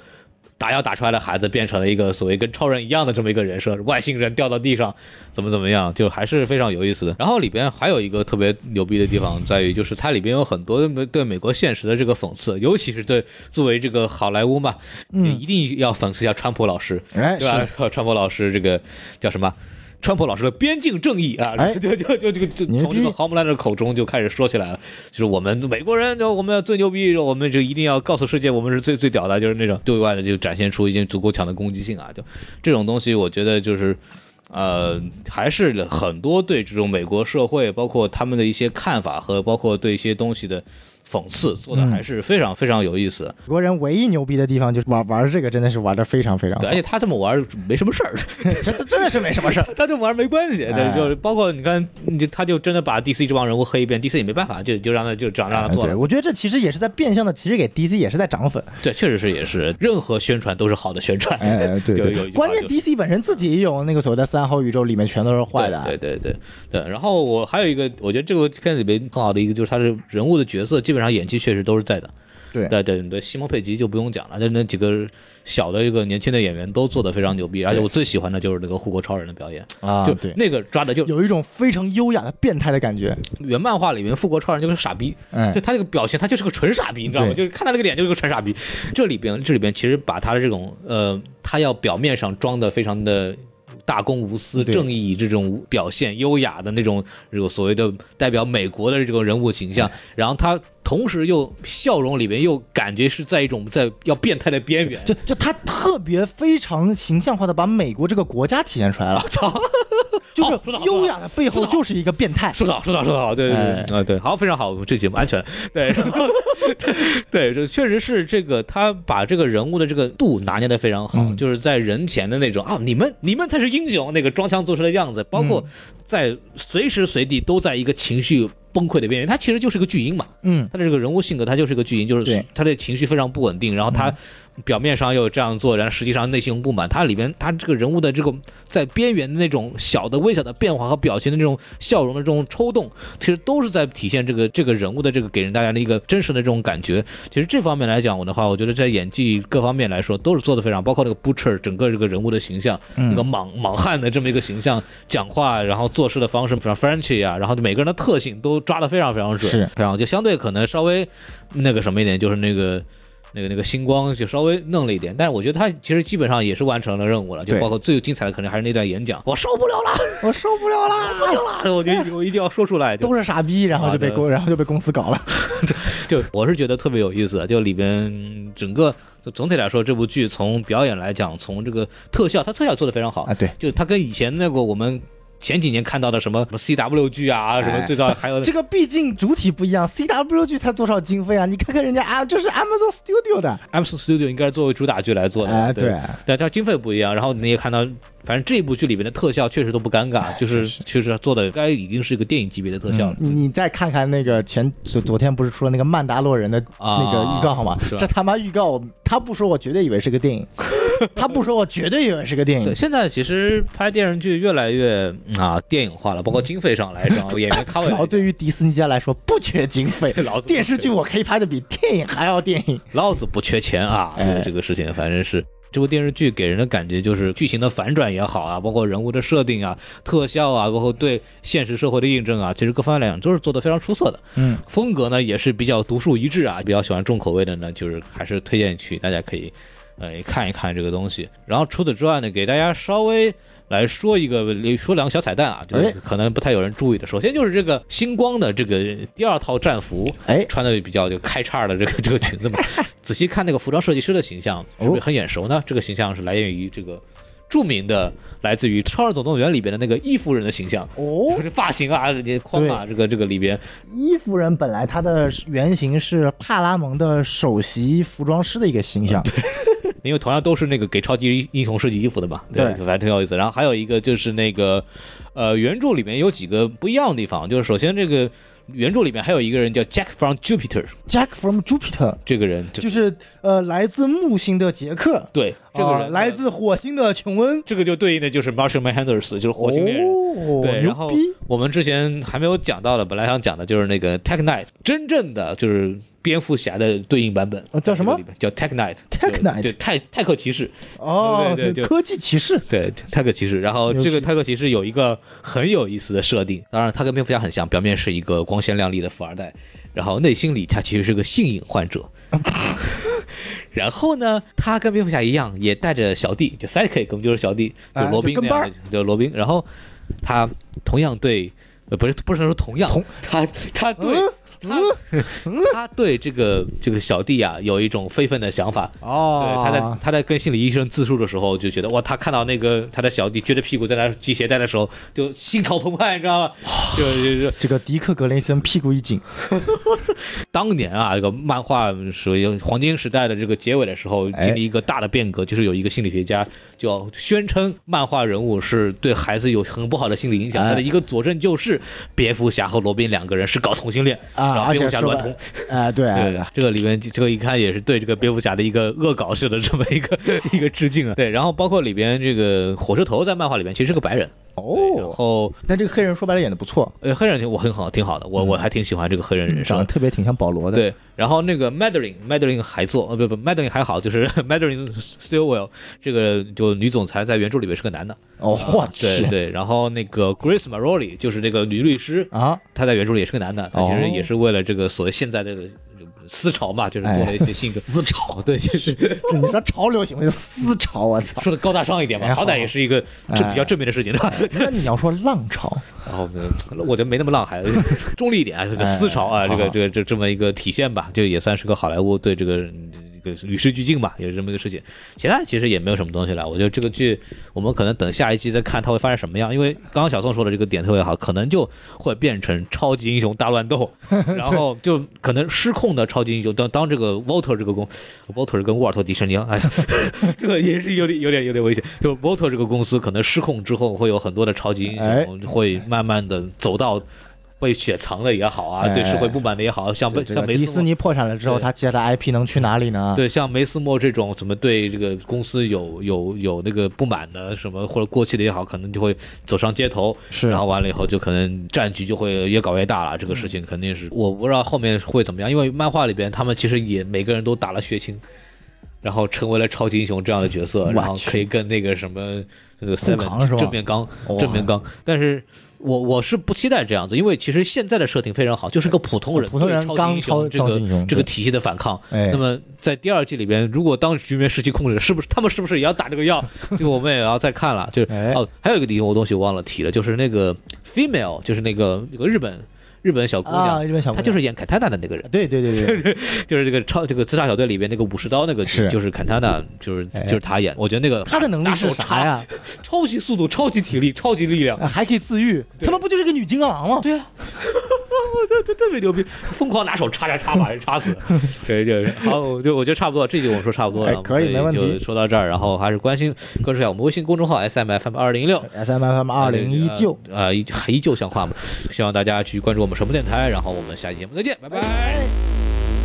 Speaker 3: 打药打出来的孩子变成了一个所谓跟超人一样的这么一个人设，外星人掉到地上怎么怎么样，就还是非常有意思的。然后里边还有一个特别牛逼的地方在于，就是它里边有很多对美国现实的这个讽刺，尤其是对作为这个好莱坞嘛，嗯、一定要讽刺一下川普老师，
Speaker 2: 哎
Speaker 3: 对吧？ 川普老师这个叫什么？川普老师的边境正义啊，
Speaker 2: 哎
Speaker 3: 就就就就就
Speaker 2: 牛
Speaker 3: 从这
Speaker 2: 逼
Speaker 3: 个 Homeland 的口中就开始说起来了，就是我们美国人，就我们最牛逼，我们就一定要告诉世界我们是最最屌的，就是那种对外的就展现出一些足够强的攻击性啊，就这种东西，我觉得就是。呃，还是很多对这种美国社会，包括他们的一些看法和包括对一些东西的讽刺，做的还是非常非常有意思的。
Speaker 2: 美国人唯一牛逼的地方就是哎玩玩这个，真的是玩的非常非常好
Speaker 3: 对，而且他这么玩儿没什么事儿，
Speaker 2: 真的真的是没什么事 儿。
Speaker 3: 他这么玩没关系，
Speaker 2: 哎
Speaker 3: 对，就是包括你看，你就他就真的把 DC 这帮人物黑一遍，DC 也没办法，就就让他就这样让他做
Speaker 2: 哎对，
Speaker 3: 了。
Speaker 2: 啊我觉得这其实也是在变相的，其实给 DC 也是在涨粉。
Speaker 3: 对，确实是也是，任何宣传都是好的宣传。
Speaker 2: 哎， 对
Speaker 3: 有有一句话
Speaker 2: 关键
Speaker 3: 就
Speaker 2: DC 本身自己也有那个所谓的三好宇宙里面全都是坏的啊，
Speaker 3: 对对对对对。然后我还有一个，我觉得这个片子里面很好的一个就是他的人物的角色，基本上演技确实都是在的。
Speaker 2: 对
Speaker 3: 对对对，西蒙佩吉就不用讲了，就那几个小的一个年轻的演员都做的非常牛逼，而且我最喜欢的就是那个护国超人的表演，
Speaker 2: 啊
Speaker 3: 就
Speaker 2: 对，
Speaker 3: 那个抓的就
Speaker 2: 有一种非常优雅的变态的感觉。
Speaker 3: 原漫画里面富国超人就是个傻逼，
Speaker 2: 嗯
Speaker 3: 就他这个表情，他就是个纯傻逼，你知道吗？
Speaker 2: 对
Speaker 3: 就是看他那个脸就是个纯傻逼。这里边这里边其实把他的这种呃，他要表面上装的非常的。大公无私、
Speaker 2: 对
Speaker 3: 正义这种表现，优雅的那种，这个所谓的代表美国的这种人物形象，然后他同时又笑容里面又感觉是在一种在要变态的边缘，
Speaker 2: 就就他特别非常形象化的把美国这个国家体现出 来了，
Speaker 3: 操，
Speaker 2: 就是
Speaker 3: 好说得好
Speaker 2: 优雅的背
Speaker 3: 说
Speaker 2: 后
Speaker 3: 得好
Speaker 2: 就是一个变态。
Speaker 3: 说得好，说得好，说得好，对对对，啊、对，好，非常好，我们这节目安全，对，然后对，这确实是这个，他把这个人物的这个度拿捏的非常好，就是在人前的那种啊，你们你们才是英雄，那个装腔作势的样子，包括在随时随地都在一个情绪崩溃的边缘，他其实就是个巨婴嘛，
Speaker 2: 嗯，
Speaker 3: 他的这个人物性格，他就是个巨婴，就
Speaker 2: 对嗯
Speaker 3: 是他的情绪非常不稳定，然后他表面上又这样做，然后实际上内心不满。它里边它这个人物的这种在边缘的那种小的微小的变化和表情的这种笑容的这种抽动，其实都是在体现这个这个人物的这个给人大家的一个真实的这种感觉。其实这方面来讲，我的话，我觉得在演技各方面来说都是做的非常，包括那个 Butcher 整个这个人物的形象，
Speaker 2: 嗯
Speaker 3: 一个莽莽汉的这么一个形象，讲话然后做事的方式，像 Frenchy 啊，然后每个人的特性都抓得非常非常准。
Speaker 2: 是，
Speaker 3: 然后就相对可能稍微那个什么一点，就是那个。那个那个星光就稍微弄了一点，但是我觉得他其实基本上也是完成了任务了，就
Speaker 2: 对
Speaker 3: 包括最精彩的可能还是那段演讲，我受不了了，
Speaker 2: 我受不了
Speaker 3: 不行
Speaker 2: 啦，
Speaker 3: 了，我就我一定要说出来，就
Speaker 2: 都是傻逼，然后就被
Speaker 3: 好的
Speaker 2: 公，然后就被公司搞了。
Speaker 3: 就我是觉得特别有意思，就里边嗯整个就总体来说，这部剧从表演来讲，从这个特效，它特效做的非常好，
Speaker 2: 啊对，
Speaker 3: 就它跟以前那个我们前几年看到的什么什么 CW 剧啊，什么最早还有
Speaker 2: 哎这个毕竟主体不一样，CW 剧才多少经费啊？你看看人家啊，这是 Amazon Studio 的，
Speaker 3: Amazon Studio 应该是作为主打剧来做的，
Speaker 2: 哎，
Speaker 3: 对
Speaker 2: 对，
Speaker 3: 对，它经费不一样，然后你也看到，反正这一部剧里面的特效确实都不尴
Speaker 2: 哎
Speaker 3: 尬，就是确实做的该已经是一个电影级别的特效了。
Speaker 2: 嗯你你再看看那个前昨昨天不是出了那个曼达洛人的
Speaker 3: 啊
Speaker 2: 那个预告好吗？
Speaker 3: 是吧
Speaker 2: 这他妈预告，他不说我绝对以为是个电 影，他不说我绝对以为是个电
Speaker 3: 对，
Speaker 2: 影。
Speaker 3: 现在其实拍电视剧越来越、嗯啊电影化了，包括经费上来 讲，演员咖位
Speaker 2: 然
Speaker 3: 来
Speaker 2: 后
Speaker 3: 讲，
Speaker 2: 对于迪士尼家来说不缺经费
Speaker 3: 老，子不缺
Speaker 2: 电视剧我可以拍的比电影还要电影。
Speaker 3: 老子不缺钱啊！这
Speaker 2: 哎
Speaker 3: 个这个事情，反正是这部电视剧给人的感觉就是剧情的反转也好啊，包括人物的设定啊、特效啊，包括对现实社会的印证啊，其实各方面来讲都是做的非常出色的。
Speaker 2: 嗯，
Speaker 3: 风格呢也是比较独树一帜啊，比较喜欢重口味的呢，就是还是推荐去大家可以呃看一看这个东西。然后除此之外呢，给大家稍微来说一个说两个小彩蛋啊，就是
Speaker 2: 哎
Speaker 3: 可能不太有人注意的。首先就是这个星光的这个第二套战服，
Speaker 2: 哎
Speaker 3: 穿的比较就开叉的这个 这个裙子 嘛，仔细看那个服装设计师的形象，是
Speaker 2: 哦
Speaker 3: 不是很眼熟呢？这个形象是来源于这个。著名的来自于《超人总动员》里边的那个伊夫人的形象，
Speaker 2: 哦，
Speaker 3: 这发型啊，这些框啊，这个这个里边，
Speaker 2: 伊夫人本来她的原型是帕拉蒙的首席服装师的一个形象，
Speaker 3: 因为同样都是那个给超级英雄设计衣服的嘛，对，
Speaker 2: 对
Speaker 3: 反正挺有意思。然后还有一个就是那个，呃，原著里面有几个不一样的地方，就是首先这个原著里面还有一个人叫 Jack from Jupiter，
Speaker 2: Jack from Jupiter，
Speaker 3: 这个人就
Speaker 2: 就是呃来自木星的杰克，
Speaker 3: 对这个人、
Speaker 2: 啊来自火星的琼恩，
Speaker 3: 这个就对应的就是 Marshall Mathers，就是火星猎人。
Speaker 2: 哦
Speaker 3: 对，然
Speaker 2: 牛
Speaker 3: 后
Speaker 2: 逼！
Speaker 3: 我们之前还没有讲到的，本来想讲的就是那个 Tech Knight，真正的就是蝙蝠侠的对应版本，
Speaker 2: 呃叫什么
Speaker 3: 在这个里面叫 Tech Knight。
Speaker 2: Tech Knight
Speaker 3: 对，泰泰克骑士，
Speaker 2: 哦，
Speaker 3: 对对对
Speaker 2: 科技骑士，
Speaker 3: 对泰克骑士。然后
Speaker 2: 牛
Speaker 3: 这个
Speaker 2: 逼
Speaker 3: 泰克骑士有一个很有意思的设定，当然他跟蝙蝠侠很像，表面是一个光鲜亮丽的富二代，然后内心里他其实是个性瘾患者。然后呢，他跟蝙蝠侠一样，也带着小弟，就 sidekick，我们就是小弟，就
Speaker 2: 啊
Speaker 3: 罗宾
Speaker 2: 就
Speaker 3: 那
Speaker 2: 跟
Speaker 3: 样
Speaker 2: 班
Speaker 3: 的
Speaker 2: 儿，
Speaker 3: 就罗宾。然后他同样对，呃，不是不能说同样，同他他对、他、他对这个这个小弟啊有一种非分的想法。对，他在
Speaker 2: 哦，
Speaker 3: 他在跟心理医生自述的时候，就觉得哇，他看到那个他的小弟撅着屁股在那系鞋带的时候，就心潮澎湃，你知道吗？就就是
Speaker 2: 这个迪克·格雷森屁股一紧，
Speaker 3: 当年啊，这个漫画属于黄金时代的这个结尾的时候，
Speaker 2: 哎
Speaker 3: 经历一个大的变革，就是有一个心理学家就宣称漫画人物是对孩子有很不好的心理影响。
Speaker 2: 哎
Speaker 3: 他的一个佐证就是蝙蝠侠和罗宾两个人是搞同性恋
Speaker 2: 啊
Speaker 3: 然后
Speaker 2: 而且
Speaker 3: 蝙蝠侠
Speaker 2: 说
Speaker 3: 娈童。
Speaker 2: 哎，对，
Speaker 3: 对，啊这个里面这个一看也是对这个蝙蝠侠的一个恶搞式的这么 一个一个致敬啊。对，然后包括里边这个火车头在漫画里面其实是个白人，对然
Speaker 2: 哦，
Speaker 3: 后
Speaker 2: 那这个黑人说白了演的不错，
Speaker 3: 呃黑人我很好，挺好的，我我还挺喜欢这个黑人人设
Speaker 2: 嗯长得
Speaker 3: 的。
Speaker 2: 特别挺像保罗的，，
Speaker 3: 嗯对，然后那个 Madeline，Madeline 还做，呃不不，Madeline 还好，就是 Madeline Stillwell 这个就女总裁在原著里面是个男的，
Speaker 2: 哦，我
Speaker 3: 对
Speaker 2: 去
Speaker 3: 对，然后那个 Grace Maroli 就是那个女律师，
Speaker 2: 啊，
Speaker 3: 她在原著里也是个男的，她其实
Speaker 2: 哦
Speaker 3: 也是为了这个所谓现在这个呃思潮嘛，就是做了一些性格、
Speaker 2: 哎思潮，
Speaker 3: 对，就是
Speaker 2: 这 你说潮流行为思潮，我 操！
Speaker 3: 说的高大上一点
Speaker 2: 哎
Speaker 3: 吧，好歹也是一个正比较正面的事 情，对吧？
Speaker 2: 那你要说浪潮，
Speaker 3: 然后我我觉得没那么浪，还 中立一点啊，这个思潮啊，
Speaker 2: 哎
Speaker 3: 这个
Speaker 2: 好
Speaker 3: 这个这这么一个体现吧，就也算是个好莱坞对这个嗯这个与时俱进吧，也是这么一个事情。其他其实也没有什么东西了，我觉得这个剧我们可能等下一季再看它会发生什么样，因为刚刚小宋说的这个点特别好，可能就会变成超级英雄大乱 斗，然后就可能失控的超级英雄，当当这个 Walter 这个公 Walter 跟沃尔特迪士尼，哎呀， 这个也是有点有点有点危险。就是 Walter 这个公司可能失控之后，会有很多的超级英雄
Speaker 2: 哎
Speaker 3: 会慢慢的走到。被雪藏的也好啊，
Speaker 2: 哎
Speaker 3: 对社会不满的也好，像被
Speaker 2: 这
Speaker 3: 像
Speaker 2: 个
Speaker 3: 梅
Speaker 2: 迪
Speaker 3: 斯
Speaker 2: 士
Speaker 3: 莫
Speaker 2: 尼破产了之后，
Speaker 3: 对
Speaker 2: 他接下来 IP 能去哪里呢？
Speaker 3: 对，像梅斯莫这种怎么对这个公司有有有那个不满的什么或者过气的也好，可能就会走上街头，
Speaker 2: 是
Speaker 3: 然后完了以后就可能战局就会越搞越大了。这
Speaker 2: 嗯
Speaker 3: 个事情肯定是我不知道后面会怎么样，因为漫画里边他们其实也每个人都打了血清，然后成为了超级英雄这样的角色，
Speaker 2: 我
Speaker 3: 然后
Speaker 2: 去
Speaker 3: 可以跟那个什么那个
Speaker 2: 互
Speaker 3: seven
Speaker 2: 扛是吧
Speaker 3: 正面刚
Speaker 2: 哇
Speaker 3: 正面刚，但是。我我是不期待这样子，因为其实现在的设定非常好，就是个普通人
Speaker 2: 哦普通人
Speaker 3: 对
Speaker 2: 刚
Speaker 3: 超级
Speaker 2: 超超级
Speaker 3: 英
Speaker 2: 英
Speaker 3: 雄
Speaker 2: 雄
Speaker 3: 这个这个
Speaker 2: 对
Speaker 3: 体系的反抗，
Speaker 2: 哎
Speaker 3: 那么在第二季里边，如果当局面失去控制，是不是他们是不是也要打这个药？这个我们也要再看了。就是、
Speaker 2: 哎
Speaker 3: 哦，还有一个地方我东西忘了提了，就是那个 female，就是那个那个日本日本小姑娘，
Speaker 2: 啊，日本小姑娘
Speaker 3: 她就是演凯泰娜的那个人，
Speaker 2: 对对 对对，
Speaker 3: 就是这个超这个自杀小队里边那个武士刀那个，
Speaker 2: 是
Speaker 3: 就是凯泰娜，就是、
Speaker 2: 哎
Speaker 3: 就是她演。我觉得那个
Speaker 2: 她的能力是啥呀？
Speaker 3: 超级速度、超级体力、超级 力量，
Speaker 2: 啊还可以自愈，他们不就是个女金刚狼吗？
Speaker 3: 对啊， 我这这特别牛逼，疯狂拿手插插插，把人 插死。对，就是好，就我觉得差不多，这集我们说差不多了，
Speaker 2: 哎可以
Speaker 3: 我们
Speaker 2: 没问题
Speaker 3: 就说到这儿，然后还是关心关注一下我们微信公众号 S M F M 二零一六。
Speaker 2: S M F M 二零依旧，
Speaker 3: 啊，依还依旧像话吗？希望大家去关注我们什么电台，然后我们下期节目再见，拜拜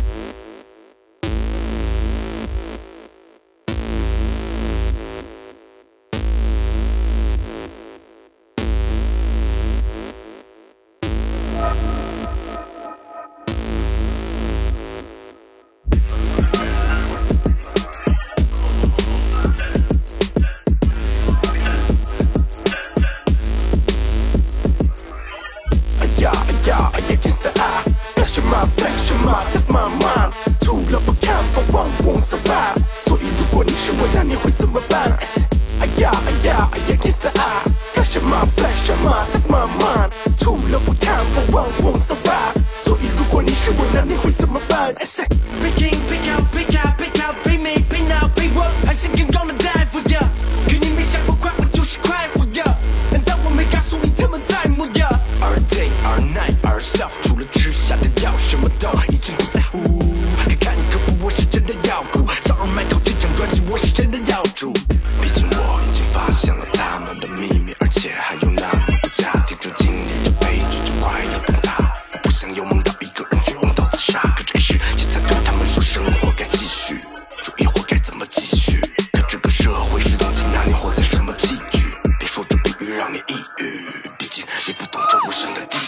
Speaker 7: 而 day 而 night 而 self，除了吃下的药，什么都已经不在乎。可看可不，我是真的要哭。少尔麦克这张专辑，我是真的要主。毕竟我已经发现了他们的秘密，而且还有那么多家庭正经历着悲剧，就快要崩塌。我不想又梦到一个人绝望到自杀，可这个世界在对他们说，生活该继续，注意活该怎么继续。可这个社会是东西，拿你活在什么寄居？别说这比喻让你抑郁，毕竟你不懂这无声的地狱。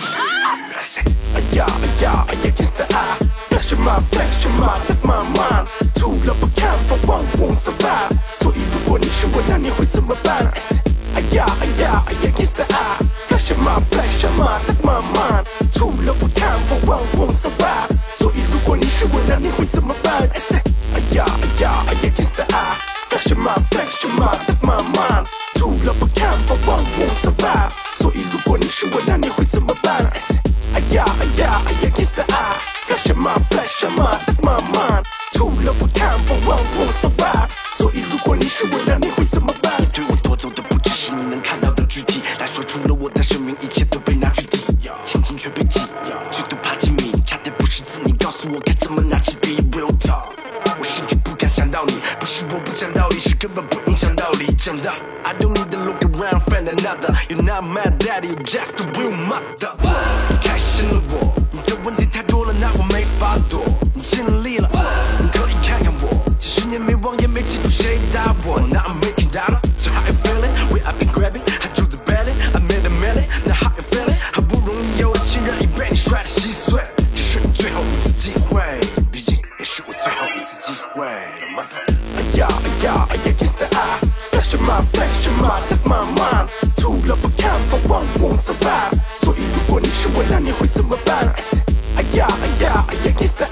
Speaker 7: I say, ah yeah, ah yeah, ah yeah, yes, ah. Flesh of my flesh of my, that's my mind. Two love a count, but one won't survive. 所以如果你是我，那你会怎么办？I say, ah yeah, ah yeah, ah yeah, yes, ah. Flesh of my flesh of my, that's my mind. Two love a count, but one won't survive. 所以如果你是我，那你会怎么办？I say, ah yeah, ah yeah, ah yeah, yes, ah. Flesh of my flesh of my that's my mind Two love a count but one won't survive 所以如果你是我，那你会怎么办？哎呀哎呀哎呀，Yes I Flesh of my flesh of my that's my mind Two love a count but one won't survive 所以如果你是我，那你会怎么办？你对我夺走的不只是你能看到的躯体，来说除了我的生命，一切都被拿去抵，心情却被挤，最多爬几米，差点不识字，你告诉我该怎么拿起笔？Real talk。我甚至不敢想到你，不是我不讲道理，是根本不用讲道理。真的，I don't need to look around find another. You're not my daddy, you're just a real mother. 你开心了我，你的问题太多了，那我没法躲。你尽力了，你可以看看我，几十年没忘也没记住谁打我。Now I'm making dollar, so how you feeling? Where I been grabbing, I do the belly, I made a million. Now how you feeling? 好不容易有了信任，已被你摔得稀碎，这是你最后一次机会，毕竟。也是我最后一次机会。哎呀哎呀哎呀，Yes I flash of my flash of my that's my mind. Two love a count but one won't survive. 所以如果你是我，那你会怎么办？哎呀哎呀哎呀，Yes I